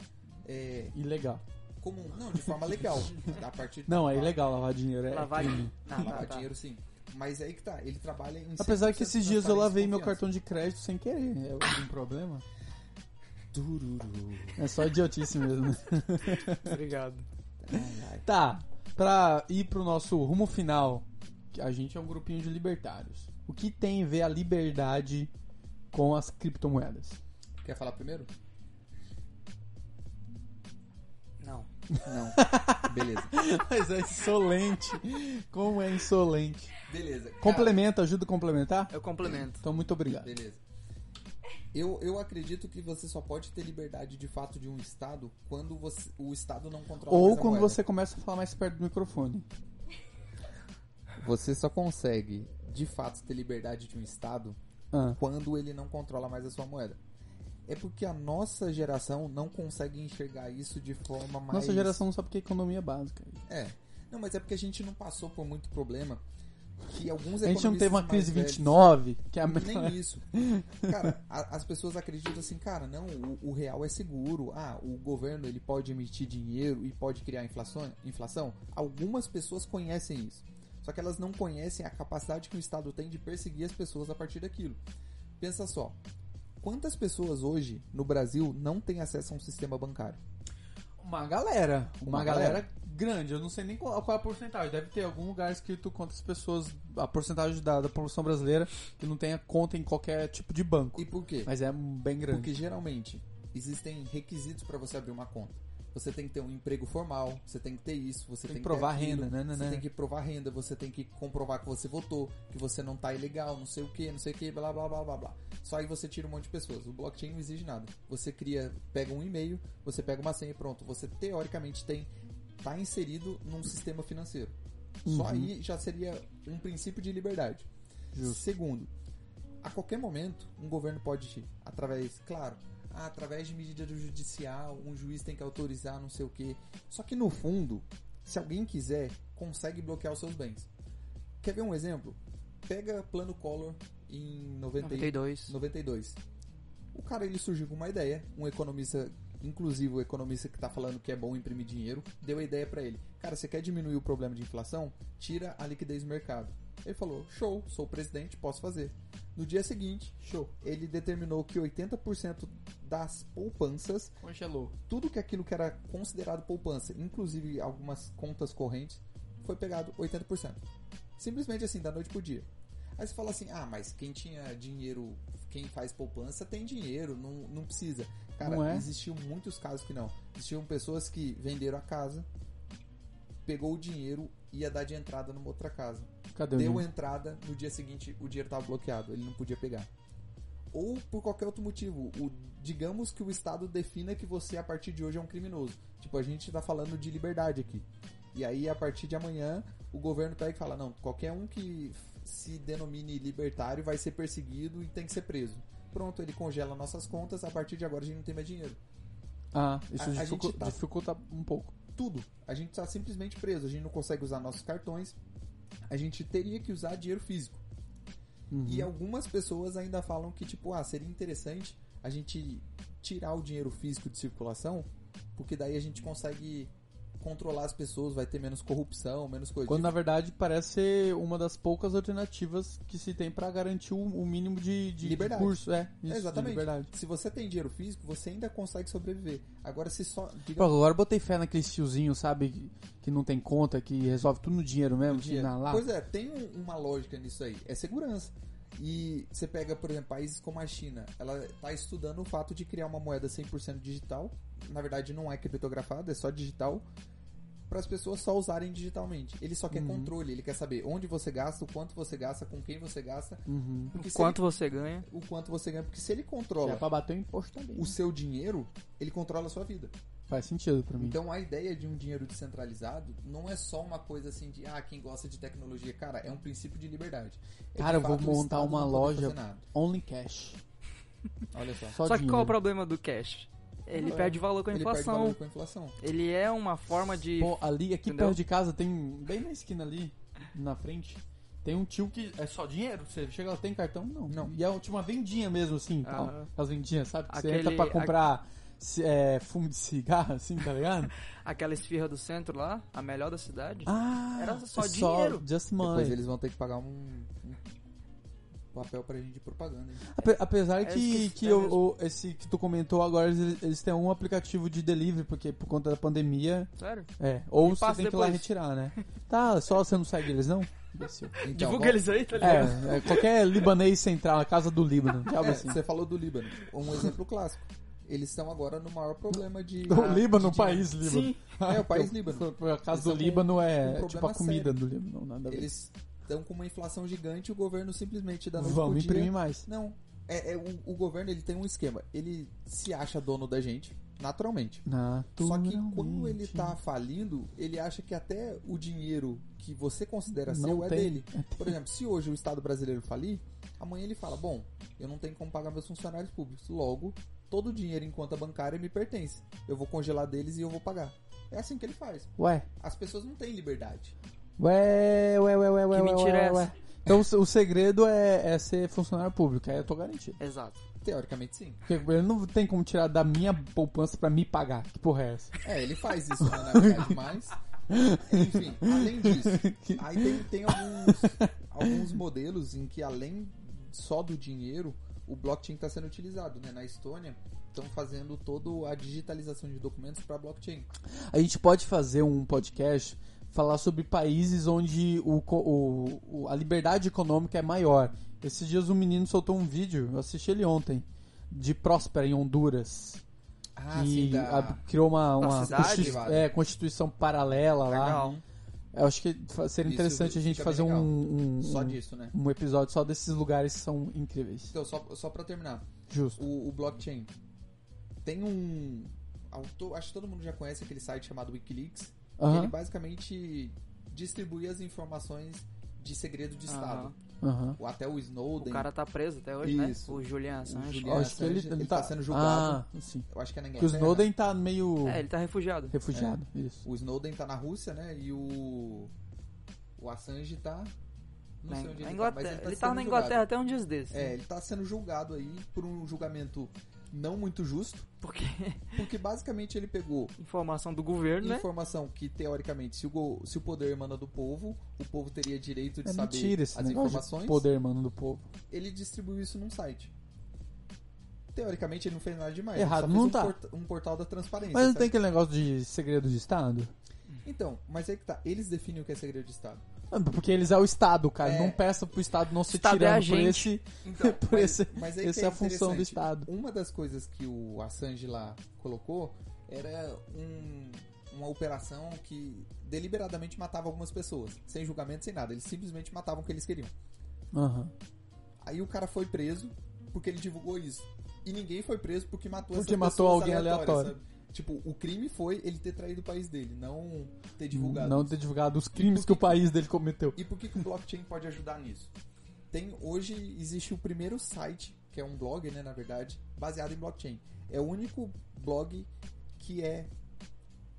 Speaker 2: é,
Speaker 1: Ilegal.
Speaker 2: comum. Não, de forma legal. A partir
Speaker 1: Não, é
Speaker 2: da-
Speaker 1: ilegal lavar dinheiro. É
Speaker 3: Lavar
Speaker 1: crime.
Speaker 3: Ah,
Speaker 2: Lavar
Speaker 3: tá, tá.
Speaker 2: dinheiro sim. Mas aí que tá, ele trabalha em.
Speaker 1: Apesar que
Speaker 2: 100%
Speaker 1: esses dias eu
Speaker 2: transparência
Speaker 1: lavei
Speaker 2: e
Speaker 1: meu
Speaker 2: confiança.
Speaker 1: cartão de crédito sem querer. É algum problema? É só idiotice mesmo. né?
Speaker 3: Obrigado.
Speaker 2: Ai, ai.
Speaker 1: Tá, pra ir pro nosso rumo final, que a gente é um grupinho de libertários. O que tem a ver a liberdade com as criptomoedas?
Speaker 2: Quer falar primeiro?
Speaker 3: Não.
Speaker 2: Não. Beleza.
Speaker 1: Mas é insolente. Como é insolente.
Speaker 2: Beleza. cara,
Speaker 1: Complementa, ajuda a complementar?
Speaker 3: Eu complemento.
Speaker 1: Então, muito obrigado.
Speaker 2: Beleza. Eu, eu acredito que você só pode ter liberdade de fato de um Estado quando você, o Estado não controla
Speaker 1: Ou
Speaker 2: mais a
Speaker 1: quando
Speaker 2: moeda.
Speaker 1: você começa a falar mais perto do microfone.
Speaker 2: Você só consegue de fato ter liberdade de um Estado
Speaker 1: Ah,
Speaker 2: quando ele não controla mais a sua moeda. É porque a nossa geração não consegue enxergar isso de forma mais.
Speaker 1: Nossa geração não sabe o que é economia básica.
Speaker 2: É. Não, mas é porque a gente não passou por muito problema. Que alguns
Speaker 1: A gente não
Speaker 2: economistas
Speaker 1: teve uma
Speaker 2: mais
Speaker 1: crise
Speaker 2: velhos-
Speaker 1: 29, que é a
Speaker 2: Nem isso. Cara, a- as pessoas acreditam assim, cara, não, o, o real é seguro. Ah, o governo ele pode emitir dinheiro e pode criar inflação, inflação. Algumas pessoas conhecem isso. Só que elas não conhecem a capacidade que o Estado tem de perseguir as pessoas a partir daquilo. Pensa só. Quantas pessoas hoje no Brasil não têm acesso a um sistema bancário?
Speaker 1: Uma galera. Uma,
Speaker 2: Uma
Speaker 1: galera,
Speaker 2: galera.
Speaker 1: grande. Eu não sei nem qual, qual é a porcentagem. Deve ter algum lugar escrito quantas pessoas. A porcentagem da, da população brasileira que não tenha conta em qualquer tipo de banco.
Speaker 2: E por quê?
Speaker 1: Mas é bem grande.
Speaker 2: Porque geralmente existem requisitos para você abrir uma conta. Você tem que ter um emprego formal, você tem que ter isso, você
Speaker 1: Tem que
Speaker 2: tem,
Speaker 1: provar
Speaker 2: ter aquilo,
Speaker 1: renda, né, né,
Speaker 2: Você
Speaker 1: né?
Speaker 2: tem que provar renda, você tem que comprovar que você votou, que você não tá ilegal, não sei o que, não sei o que, blá blá blá blá blá. Só aí você tira um monte de pessoas. O blockchain não exige nada. Você cria, pega um e-mail, você pega uma senha e pronto. Você teoricamente tem tá inserido num sistema financeiro.
Speaker 1: Uhum.
Speaker 2: Só aí já seria um princípio de liberdade.
Speaker 1: Justo.
Speaker 2: Segundo, a qualquer momento, um governo pode, através, claro, ah, através de medida do judicial, um juiz tem que autorizar não sei o quê. Só que no fundo, se alguém quiser, consegue bloquear os seus bens. Quer ver um exemplo? Pega plano Collor em 90, e- um.
Speaker 3: 92.
Speaker 2: 92. O cara ele surgiu com uma ideia, um economista, inclusive o economista que tá falando que é bom imprimir dinheiro, deu a ideia pra ele. Cara, você quer diminuir o problema de inflação? Tira a liquidez do mercado. Ele falou: "Show, sou o presidente, posso fazer". No dia seguinte, show, ele determinou que 80% das poupanças
Speaker 1: Congelou.
Speaker 2: tudo que aquilo que era considerado poupança, inclusive algumas contas correntes, foi pegado 80%. Simplesmente assim, da noite pro dia. Aí você fala assim, ah, mas quem tinha dinheiro, quem faz poupança tem dinheiro, não, não precisa. Cara,
Speaker 1: Não é?
Speaker 2: existiam muitos casos que não. Existiam pessoas que venderam a casa, pegou o dinheiro e ia dar de entrada numa outra casa
Speaker 1: Cadê
Speaker 2: deu
Speaker 1: o
Speaker 2: entrada, no dia seguinte o dinheiro estava bloqueado, ele não podia pegar. Ou por qualquer outro motivo, o- digamos que o Estado defina que você a partir de hoje é um criminoso. Tipo, a gente tá falando de liberdade aqui. E aí a partir de amanhã o governo pega e fala: não, qualquer um que f- se denomine libertário vai ser perseguido e tem que ser preso. Pronto, ele congela nossas contas, a partir de agora a gente não tem mais dinheiro.
Speaker 1: Ah, isso
Speaker 2: A- a
Speaker 1: dificu-
Speaker 2: gente tá-
Speaker 1: dificulta um pouco.
Speaker 2: Tudo. A gente tá simplesmente preso, a gente não consegue usar nossos cartões, a gente teria que usar dinheiro físico.
Speaker 1: Uhum.
Speaker 2: E algumas pessoas ainda falam que, tipo, ah, seria interessante a gente tirar o dinheiro físico de circulação, porque daí a gente consegue controlar as pessoas, vai ter menos corrupção, menos coisa.
Speaker 1: Quando na verdade parece ser uma das poucas alternativas que se tem pra garantir o, o mínimo de, de
Speaker 2: Liberdade.
Speaker 1: recurso. É, isso,
Speaker 2: É,
Speaker 1: de
Speaker 2: Exatamente.
Speaker 1: liberdade.
Speaker 2: Se você tem dinheiro físico, você ainda consegue sobreviver. Agora, se só.
Speaker 1: Pô,
Speaker 2: Digamos,
Speaker 1: agora eu botei fé naqueles tiozinho, sabe? que- Que não tem conta, que resolve tudo no dinheiro mesmo, que
Speaker 2: dinheiro-
Speaker 1: na lá.
Speaker 2: Pois é, tem um- uma lógica nisso aí. É segurança. E você pega, por exemplo, países como a China. Ela está estudando o fato de criar uma moeda 100% digital. Na verdade, não é criptografada, é só digital. Para as pessoas só usarem digitalmente. Ele só
Speaker 1: Uhum.
Speaker 2: quer controle, ele quer saber onde você gasta, o quanto você gasta, com quem você gasta,
Speaker 1: Uhum.
Speaker 2: porque se
Speaker 3: Quanto você ganha?
Speaker 2: ele- o quanto você ganha. Porque se ele
Speaker 1: É
Speaker 2: controla
Speaker 1: pra bater o imposto também.
Speaker 2: o seu dinheiro, ele controla a sua vida.
Speaker 1: Faz sentido pra mim.
Speaker 2: Então a ideia de um dinheiro descentralizado não é só uma coisa assim de ah, quem gosta de tecnologia, cara, é um princípio de liberdade. É,
Speaker 1: Cara,
Speaker 2: de
Speaker 1: eu vou
Speaker 2: fato, o
Speaker 1: montar
Speaker 2: Estado
Speaker 1: uma
Speaker 2: não poder
Speaker 1: loja.
Speaker 2: fazer nada.
Speaker 1: Only cash.
Speaker 2: Olha só.
Speaker 1: Só,
Speaker 3: Só que qual é o
Speaker 1: dinheiro.
Speaker 3: problema do cash? Ele
Speaker 2: Não,
Speaker 3: perde valor com a
Speaker 2: Ele perde valor
Speaker 3: inflação.
Speaker 2: com a inflação.
Speaker 3: Ele é uma forma de.
Speaker 1: Pô, ali, aqui
Speaker 3: Entendeu?
Speaker 1: perto de casa, tem. Bem na esquina ali, na frente, tem um tio que é só dinheiro. Você chega lá, tem cartão? Não.
Speaker 2: Não.
Speaker 1: E é tipo uma vendinha mesmo, assim, tal.
Speaker 3: Aham.
Speaker 1: As vendinhas, sabe? Que você
Speaker 3: Aquele-
Speaker 1: entra pra comprar ci- é, fumo de cigarro, assim, tá ligado?
Speaker 3: Aquela esfirra do centro lá, a melhor da cidade.
Speaker 1: Ah,
Speaker 3: Era só
Speaker 1: é
Speaker 3: dinheiro.
Speaker 1: Just
Speaker 2: Depois
Speaker 1: money.
Speaker 2: eles vão ter que pagar um, um papel pra gente de propaganda. hein?
Speaker 1: Ape- Apesar
Speaker 3: É
Speaker 1: que,
Speaker 3: esqueci-
Speaker 1: que
Speaker 3: é
Speaker 1: eu-
Speaker 3: mesmo.
Speaker 1: o- esse que tu comentou agora, eles, eles têm um aplicativo de delivery, porque por conta da pandemia.
Speaker 3: Sério?
Speaker 1: É. Ou
Speaker 3: Me
Speaker 1: você
Speaker 3: passa
Speaker 1: tem que ir lá
Speaker 3: depois.
Speaker 1: retirar, né? Tá, só você não segue eles, não? Imbecil.
Speaker 2: Então,
Speaker 3: Divulga
Speaker 2: vamos-
Speaker 3: eles aí, tá ligado?
Speaker 1: É, é, qualquer libanês central, a casa do Líbano. que é algo
Speaker 2: É,
Speaker 1: assim.
Speaker 2: Você falou do Líbano, um exemplo clássico. Eles estão agora no maior problema de. ah,
Speaker 1: O Líbano, o
Speaker 2: É, de-
Speaker 1: país Líbano.
Speaker 3: Sim.
Speaker 2: É, o país Líbano.
Speaker 1: A casa do
Speaker 2: Eles são
Speaker 1: Líbano
Speaker 2: um
Speaker 1: é
Speaker 2: problema
Speaker 1: tipo a comida do Líbano, não nada a ver.
Speaker 2: Eles estão com uma inflação gigante e o governo simplesmente dá noite pro
Speaker 1: Vamos
Speaker 2: dia,
Speaker 1: imprimir mais.
Speaker 2: Não. É, é o, o governo ele tem um esquema. Ele se acha dono da gente, naturalmente. Só que quando ele tá falindo, ele acha que até o dinheiro que você considera
Speaker 1: Não
Speaker 2: seu é
Speaker 1: tem.
Speaker 2: dele. Por exemplo, se hoje o Estado brasileiro falir, Amanhã ele fala: Bom, eu não tenho como pagar meus funcionários públicos. Logo, todo o dinheiro em conta bancária me pertence. Eu vou congelar deles e eu vou pagar. É assim que ele faz.
Speaker 4: Ué,
Speaker 2: As pessoas não têm liberdade.
Speaker 4: ué, ué, ué, ué, ué,
Speaker 3: Que
Speaker 4: ué,
Speaker 3: mentira
Speaker 4: ué,
Speaker 3: é
Speaker 4: ué.
Speaker 3: essa?
Speaker 1: Então o se- o segredo é, é ser funcionário público, aí eu tô garantido.
Speaker 3: Exato.
Speaker 2: Teoricamente, sim.
Speaker 1: Porque ele não tem como tirar da minha poupança pra me pagar. Que porra é essa?
Speaker 2: É, ele faz isso, né, na verdade, mas. Enfim, além disso, aí tem, tem alguns, alguns modelos em que, além só do dinheiro, o blockchain está sendo utilizado. Né? Na Estônia, estão fazendo toda a digitalização de documentos para blockchain.
Speaker 1: A gente pode fazer um podcast falar sobre países onde o, co- o- o- a liberdade econômica é maior. Esses dias um menino soltou um vídeo, eu assisti ele ontem, de Próspera em Honduras.
Speaker 2: Ah,
Speaker 1: que
Speaker 2: sim, da-
Speaker 1: ab- criou uma, uma
Speaker 3: cidade?
Speaker 1: constitu- é, constituição paralela lá.
Speaker 3: Legal.
Speaker 1: Eu acho que fa- seria
Speaker 2: Isso
Speaker 1: interessante a gente
Speaker 2: fica
Speaker 1: fazer
Speaker 2: bem
Speaker 1: um,
Speaker 2: legal.
Speaker 1: um-
Speaker 2: Só
Speaker 1: um-
Speaker 2: disso, né?
Speaker 1: um episódio só desses lugares que são incríveis.
Speaker 2: Então, só, só para terminar,
Speaker 1: Justo.
Speaker 2: o, o blockchain tem um. auto- Acho que todo mundo já conhece aquele site chamado Wikileaks.
Speaker 1: Aham,
Speaker 2: Ele basicamente distribui as informações de segredo de Estado.
Speaker 3: Aham.
Speaker 1: aham.
Speaker 2: Ou Tipo, até o
Speaker 3: O
Speaker 2: Snowden.
Speaker 3: cara tá preso até hoje, né?
Speaker 2: Isso.
Speaker 3: O Julian Assange.
Speaker 2: Julian-
Speaker 1: Eu acho que ele,
Speaker 2: Assange,
Speaker 1: ele
Speaker 2: ele
Speaker 1: tá...
Speaker 2: tá sendo julgado.
Speaker 1: Ah, sim.
Speaker 2: Eu acho que é na
Speaker 1: Porque o
Speaker 2: Inglaterra.
Speaker 1: Snowden tá
Speaker 2: Tipo,
Speaker 1: meio
Speaker 3: É, ele tá refugiado.
Speaker 1: refugiado. Isso.
Speaker 2: O Snowden tá na Rússia, né? E o. O Assange tá. Não
Speaker 3: Na
Speaker 2: sei onde
Speaker 3: na
Speaker 2: ele
Speaker 3: Inglaterra.
Speaker 2: tá. Mas ele tá,
Speaker 3: ele tá
Speaker 2: sendo
Speaker 3: na
Speaker 2: julgado.
Speaker 3: Inglaterra até uns dias desses. né?
Speaker 2: É, ele tá sendo julgado aí por um julgamento não muito justo.
Speaker 3: Porque
Speaker 2: Porque basicamente ele pegou
Speaker 3: informação do governo, né?
Speaker 2: informação que, teoricamente, se o, go- se o poder emana do povo, o povo teria direito de
Speaker 1: É
Speaker 2: saber
Speaker 1: mentira esse
Speaker 2: as
Speaker 1: negócio
Speaker 2: informações.
Speaker 1: de poder, mano, do povo.
Speaker 2: Ele distribuiu isso num site. Teoricamente ele não fez nada demais.
Speaker 1: Errado,
Speaker 2: ele só fez
Speaker 1: não
Speaker 2: um,
Speaker 1: tá.
Speaker 2: porta- um portal da transparência.
Speaker 1: Mas não
Speaker 2: sabe?
Speaker 1: tem aquele negócio de segredo de Estado?
Speaker 2: Então, mas aí que tá. Eles definem o que é segredo de Estado.
Speaker 1: Ah, Porque eles é o Estado, cara.
Speaker 2: É.
Speaker 1: Não peça pro Estado não se
Speaker 3: Estado é a
Speaker 1: tirando por
Speaker 3: gente.
Speaker 1: esse...
Speaker 2: Então,
Speaker 1: Por
Speaker 2: mas-
Speaker 1: esse-
Speaker 2: mas aí
Speaker 1: essa
Speaker 2: que
Speaker 1: é a função do
Speaker 2: interessante.
Speaker 1: Estado.
Speaker 2: Uma das coisas que o Assange lá colocou era um- uma operação que deliberadamente matava algumas pessoas, sem julgamento, sem nada. Eles simplesmente matavam o que eles queriam.
Speaker 1: Aham.
Speaker 2: Aí o cara foi preso porque ele divulgou isso. E ninguém foi preso porque matou
Speaker 1: Porque
Speaker 2: essas
Speaker 1: matou
Speaker 2: pessoas
Speaker 1: alguém
Speaker 2: aleatórias,
Speaker 1: aleatório.
Speaker 2: sabe? Tipo, o crime foi ele ter traído o país dele, não ter divulgado.
Speaker 1: Não ter divulgado os crimes que o país dele cometeu.
Speaker 2: E por que, que o blockchain pode ajudar nisso? Tem hoje existe o primeiro site que é um blog, né, na verdade, baseado em blockchain. É o único blog que é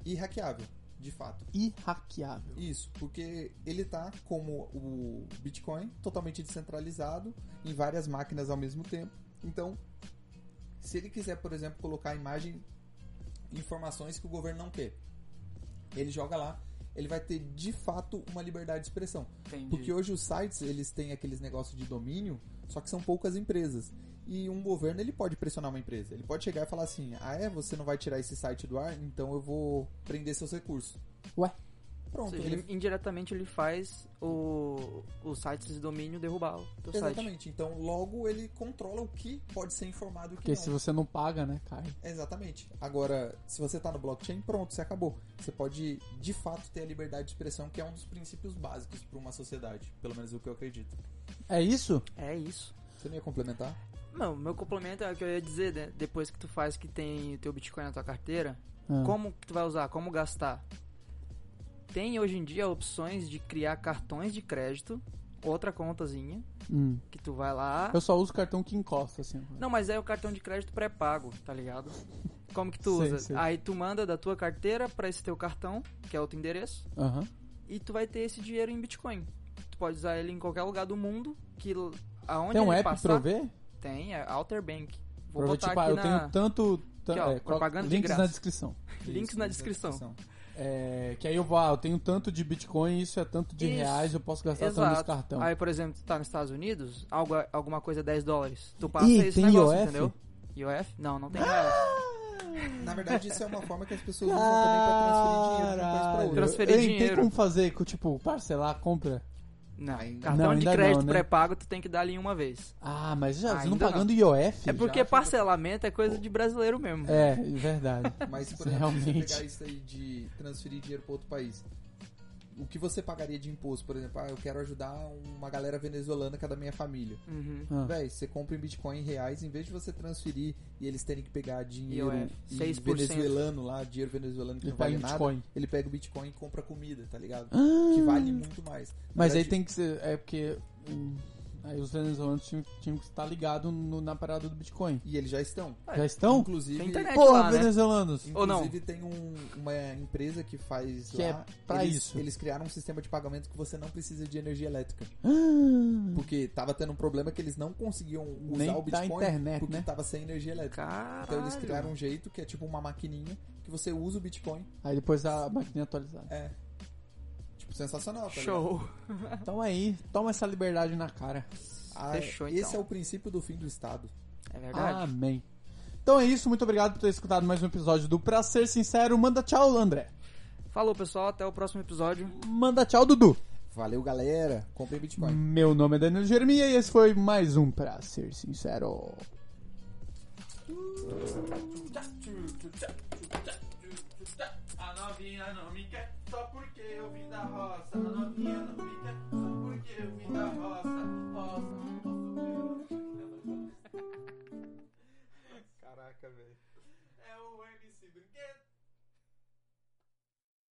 Speaker 2: irraqueável, de fato.
Speaker 1: Irraqueável.
Speaker 2: Isso, porque ele tá como o Bitcoin, totalmente descentralizado em várias máquinas ao mesmo tempo. Então, se ele quiser, por exemplo, colocar a imagem informações que o governo não quer, ele joga lá, ele vai ter de fato uma liberdade de expressão.
Speaker 3: Entendi.
Speaker 2: Porque hoje os sites, eles têm aqueles negócios de domínio, só que são poucas empresas. E um governo, ele pode pressionar uma empresa. Ele pode chegar e falar assim, ah é, você não vai tirar esse site do ar, então eu vou prender seus recursos.
Speaker 1: Ué.
Speaker 3: Ou
Speaker 2: Pronto,
Speaker 3: seja,
Speaker 2: ele...
Speaker 3: ele- indiretamente ele faz o, o site de domínio derrubar o teu site.
Speaker 2: Exatamente. Então, logo, ele controla o que pode ser informado e o que
Speaker 1: Porque
Speaker 2: não.
Speaker 1: se você não paga, né, cara?
Speaker 2: Exatamente. Agora, se você tá no blockchain, pronto, você acabou. Você pode, de fato, ter a liberdade de expressão, que é um dos princípios básicos para uma sociedade. Pelo menos o que eu acredito.
Speaker 1: É isso?
Speaker 3: É isso.
Speaker 2: Você não ia complementar?
Speaker 3: Não, meu complemento é o que eu ia dizer, né? Depois que tu faz que tem o teu Bitcoin na tua carteira,
Speaker 1: Ah.
Speaker 3: como que tu vai usar? Como gastar? Tem hoje em dia opções de criar cartões de crédito, outra contazinha,
Speaker 1: Hum.
Speaker 3: que tu vai lá.
Speaker 1: Eu só uso cartão que encosta, assim.
Speaker 3: Não, mas é o cartão de crédito pré-pago, tá ligado? Como que tu
Speaker 1: Sei,
Speaker 3: usa?
Speaker 1: sei.
Speaker 3: Aí tu manda da tua carteira pra esse teu cartão, que é outro endereço,
Speaker 1: Aham.
Speaker 3: e tu vai ter esse dinheiro em Bitcoin. Tu pode usar ele em qualquer lugar do mundo, que l- aonde
Speaker 1: Tem um
Speaker 3: ele
Speaker 1: app
Speaker 3: passar,
Speaker 1: pra eu ver?
Speaker 3: Tem, é Outer Bank.
Speaker 1: Pra
Speaker 3: Vou
Speaker 1: eu ver,
Speaker 3: botar
Speaker 1: tipo, ah,
Speaker 3: aqui
Speaker 1: eu
Speaker 3: na...
Speaker 1: tenho tanto... tan-
Speaker 3: Aqui, ó,
Speaker 1: é, coloca-
Speaker 3: propaganda de
Speaker 1: links
Speaker 3: graça.
Speaker 1: na descrição.
Speaker 3: Links
Speaker 2: Isso,
Speaker 3: na descrição.
Speaker 1: É, que aí eu vou, ah, eu tenho tanto de Bitcoin, isso é tanto de
Speaker 3: Isso.
Speaker 1: reais, eu posso gastar tanto nesse
Speaker 3: Exato.
Speaker 1: tá cartão.
Speaker 3: Aí, por exemplo, tu tá nos Estados Unidos, algo, alguma coisa é 10 dólares. Tu passa
Speaker 1: Ih,
Speaker 3: esse
Speaker 1: tem
Speaker 3: negócio,
Speaker 1: IOF?
Speaker 3: entendeu? IOF? Não, não tem IOF.
Speaker 2: Na verdade, isso é uma forma que as pessoas usam também pra transferir dinheiro de um país pra
Speaker 1: Caralho.
Speaker 2: outro.
Speaker 3: Transferir
Speaker 1: Ei, Tem
Speaker 3: dinheiro.
Speaker 1: como fazer, co- tipo, parcelar, compra?
Speaker 3: Não,
Speaker 2: Ainda-
Speaker 3: cartão
Speaker 1: Não,
Speaker 3: de
Speaker 1: ainda
Speaker 3: crédito
Speaker 1: não, né?
Speaker 3: pré-pago tu tem que dar ali uma vez.
Speaker 1: Ah, mas já, vocês não
Speaker 3: Ainda não.
Speaker 1: pagando IOF?
Speaker 3: é porque
Speaker 2: já foi-
Speaker 3: parcelamento é coisa de brasileiro mesmo.
Speaker 1: É, verdade.
Speaker 2: Mas, por
Speaker 1: Isso
Speaker 2: exemplo, se você
Speaker 1: realmente.
Speaker 2: pegar isso aí de transferir dinheiro para outro país, o que você pagaria de imposto? Por exemplo, ah, eu quero ajudar uma galera venezuelana que é da minha família.
Speaker 3: Uhum.
Speaker 1: Ah.
Speaker 2: Véi, você compra em Bitcoin em reais, em vez de você transferir e eles terem que pegar dinheiro
Speaker 1: é
Speaker 3: IOF,
Speaker 2: em
Speaker 3: 6%.
Speaker 2: venezuelano lá, dinheiro venezuelano que
Speaker 1: Ele
Speaker 2: não vale
Speaker 1: pega em
Speaker 2: nada,
Speaker 1: Bitcoin.
Speaker 2: ele pega o Bitcoin e compra comida, tá ligado?
Speaker 1: Ah.
Speaker 2: Que vale muito mais. Na
Speaker 3: né?
Speaker 1: Mas aí
Speaker 2: verdade,
Speaker 1: tem que ser. É porque. hum, Aí os venezuelanos tinham, tinham que estar ligados no- na parada do Bitcoin.
Speaker 2: E eles já estão.
Speaker 1: Já estão?
Speaker 2: Inclusive,
Speaker 3: Tem É, internet.
Speaker 1: Porra,
Speaker 3: lá, né?
Speaker 1: venezuelanos!
Speaker 2: inclusive
Speaker 3: Ou não?
Speaker 2: tem um- uma empresa que faz
Speaker 1: Que
Speaker 2: lá.
Speaker 1: é pra
Speaker 2: eles,
Speaker 1: isso.
Speaker 2: Eles criaram um sistema de pagamento que você não precisa de energia elétrica.
Speaker 1: Ah.
Speaker 2: Porque tava tendo um problema que eles não conseguiam usar
Speaker 1: Nem da
Speaker 2: o Bitcoin
Speaker 1: internet,
Speaker 2: porque
Speaker 1: né?
Speaker 2: tava sem energia elétrica.
Speaker 3: Caralho.
Speaker 2: Então eles criaram um jeito que é tipo uma maquininha que você usa o Bitcoin.
Speaker 1: Aí depois a máquina atualizada.
Speaker 2: É. Tipo, sensacional, tá ligado?
Speaker 3: Show.
Speaker 1: Então aí, toma essa liberdade na cara.
Speaker 2: Ah,
Speaker 3: Fechou,
Speaker 2: esse
Speaker 3: então.
Speaker 2: é o princípio do fim do Estado.
Speaker 3: É verdade.
Speaker 1: Amém. Então é isso, muito obrigado por ter escutado mais um episódio do Pra Ser Sincero. Manda tchau, André.
Speaker 2: Ah.
Speaker 3: Falou, pessoal. Até o próximo episódio.
Speaker 1: Manda tchau, Dudu.
Speaker 2: Valeu, galera. Comprei Bitcoin.
Speaker 1: Meu nome é Danilo Jeremia e esse foi mais um Pra Ser Sincero.
Speaker 5: A novinha não me quer só porque eu vim da roça.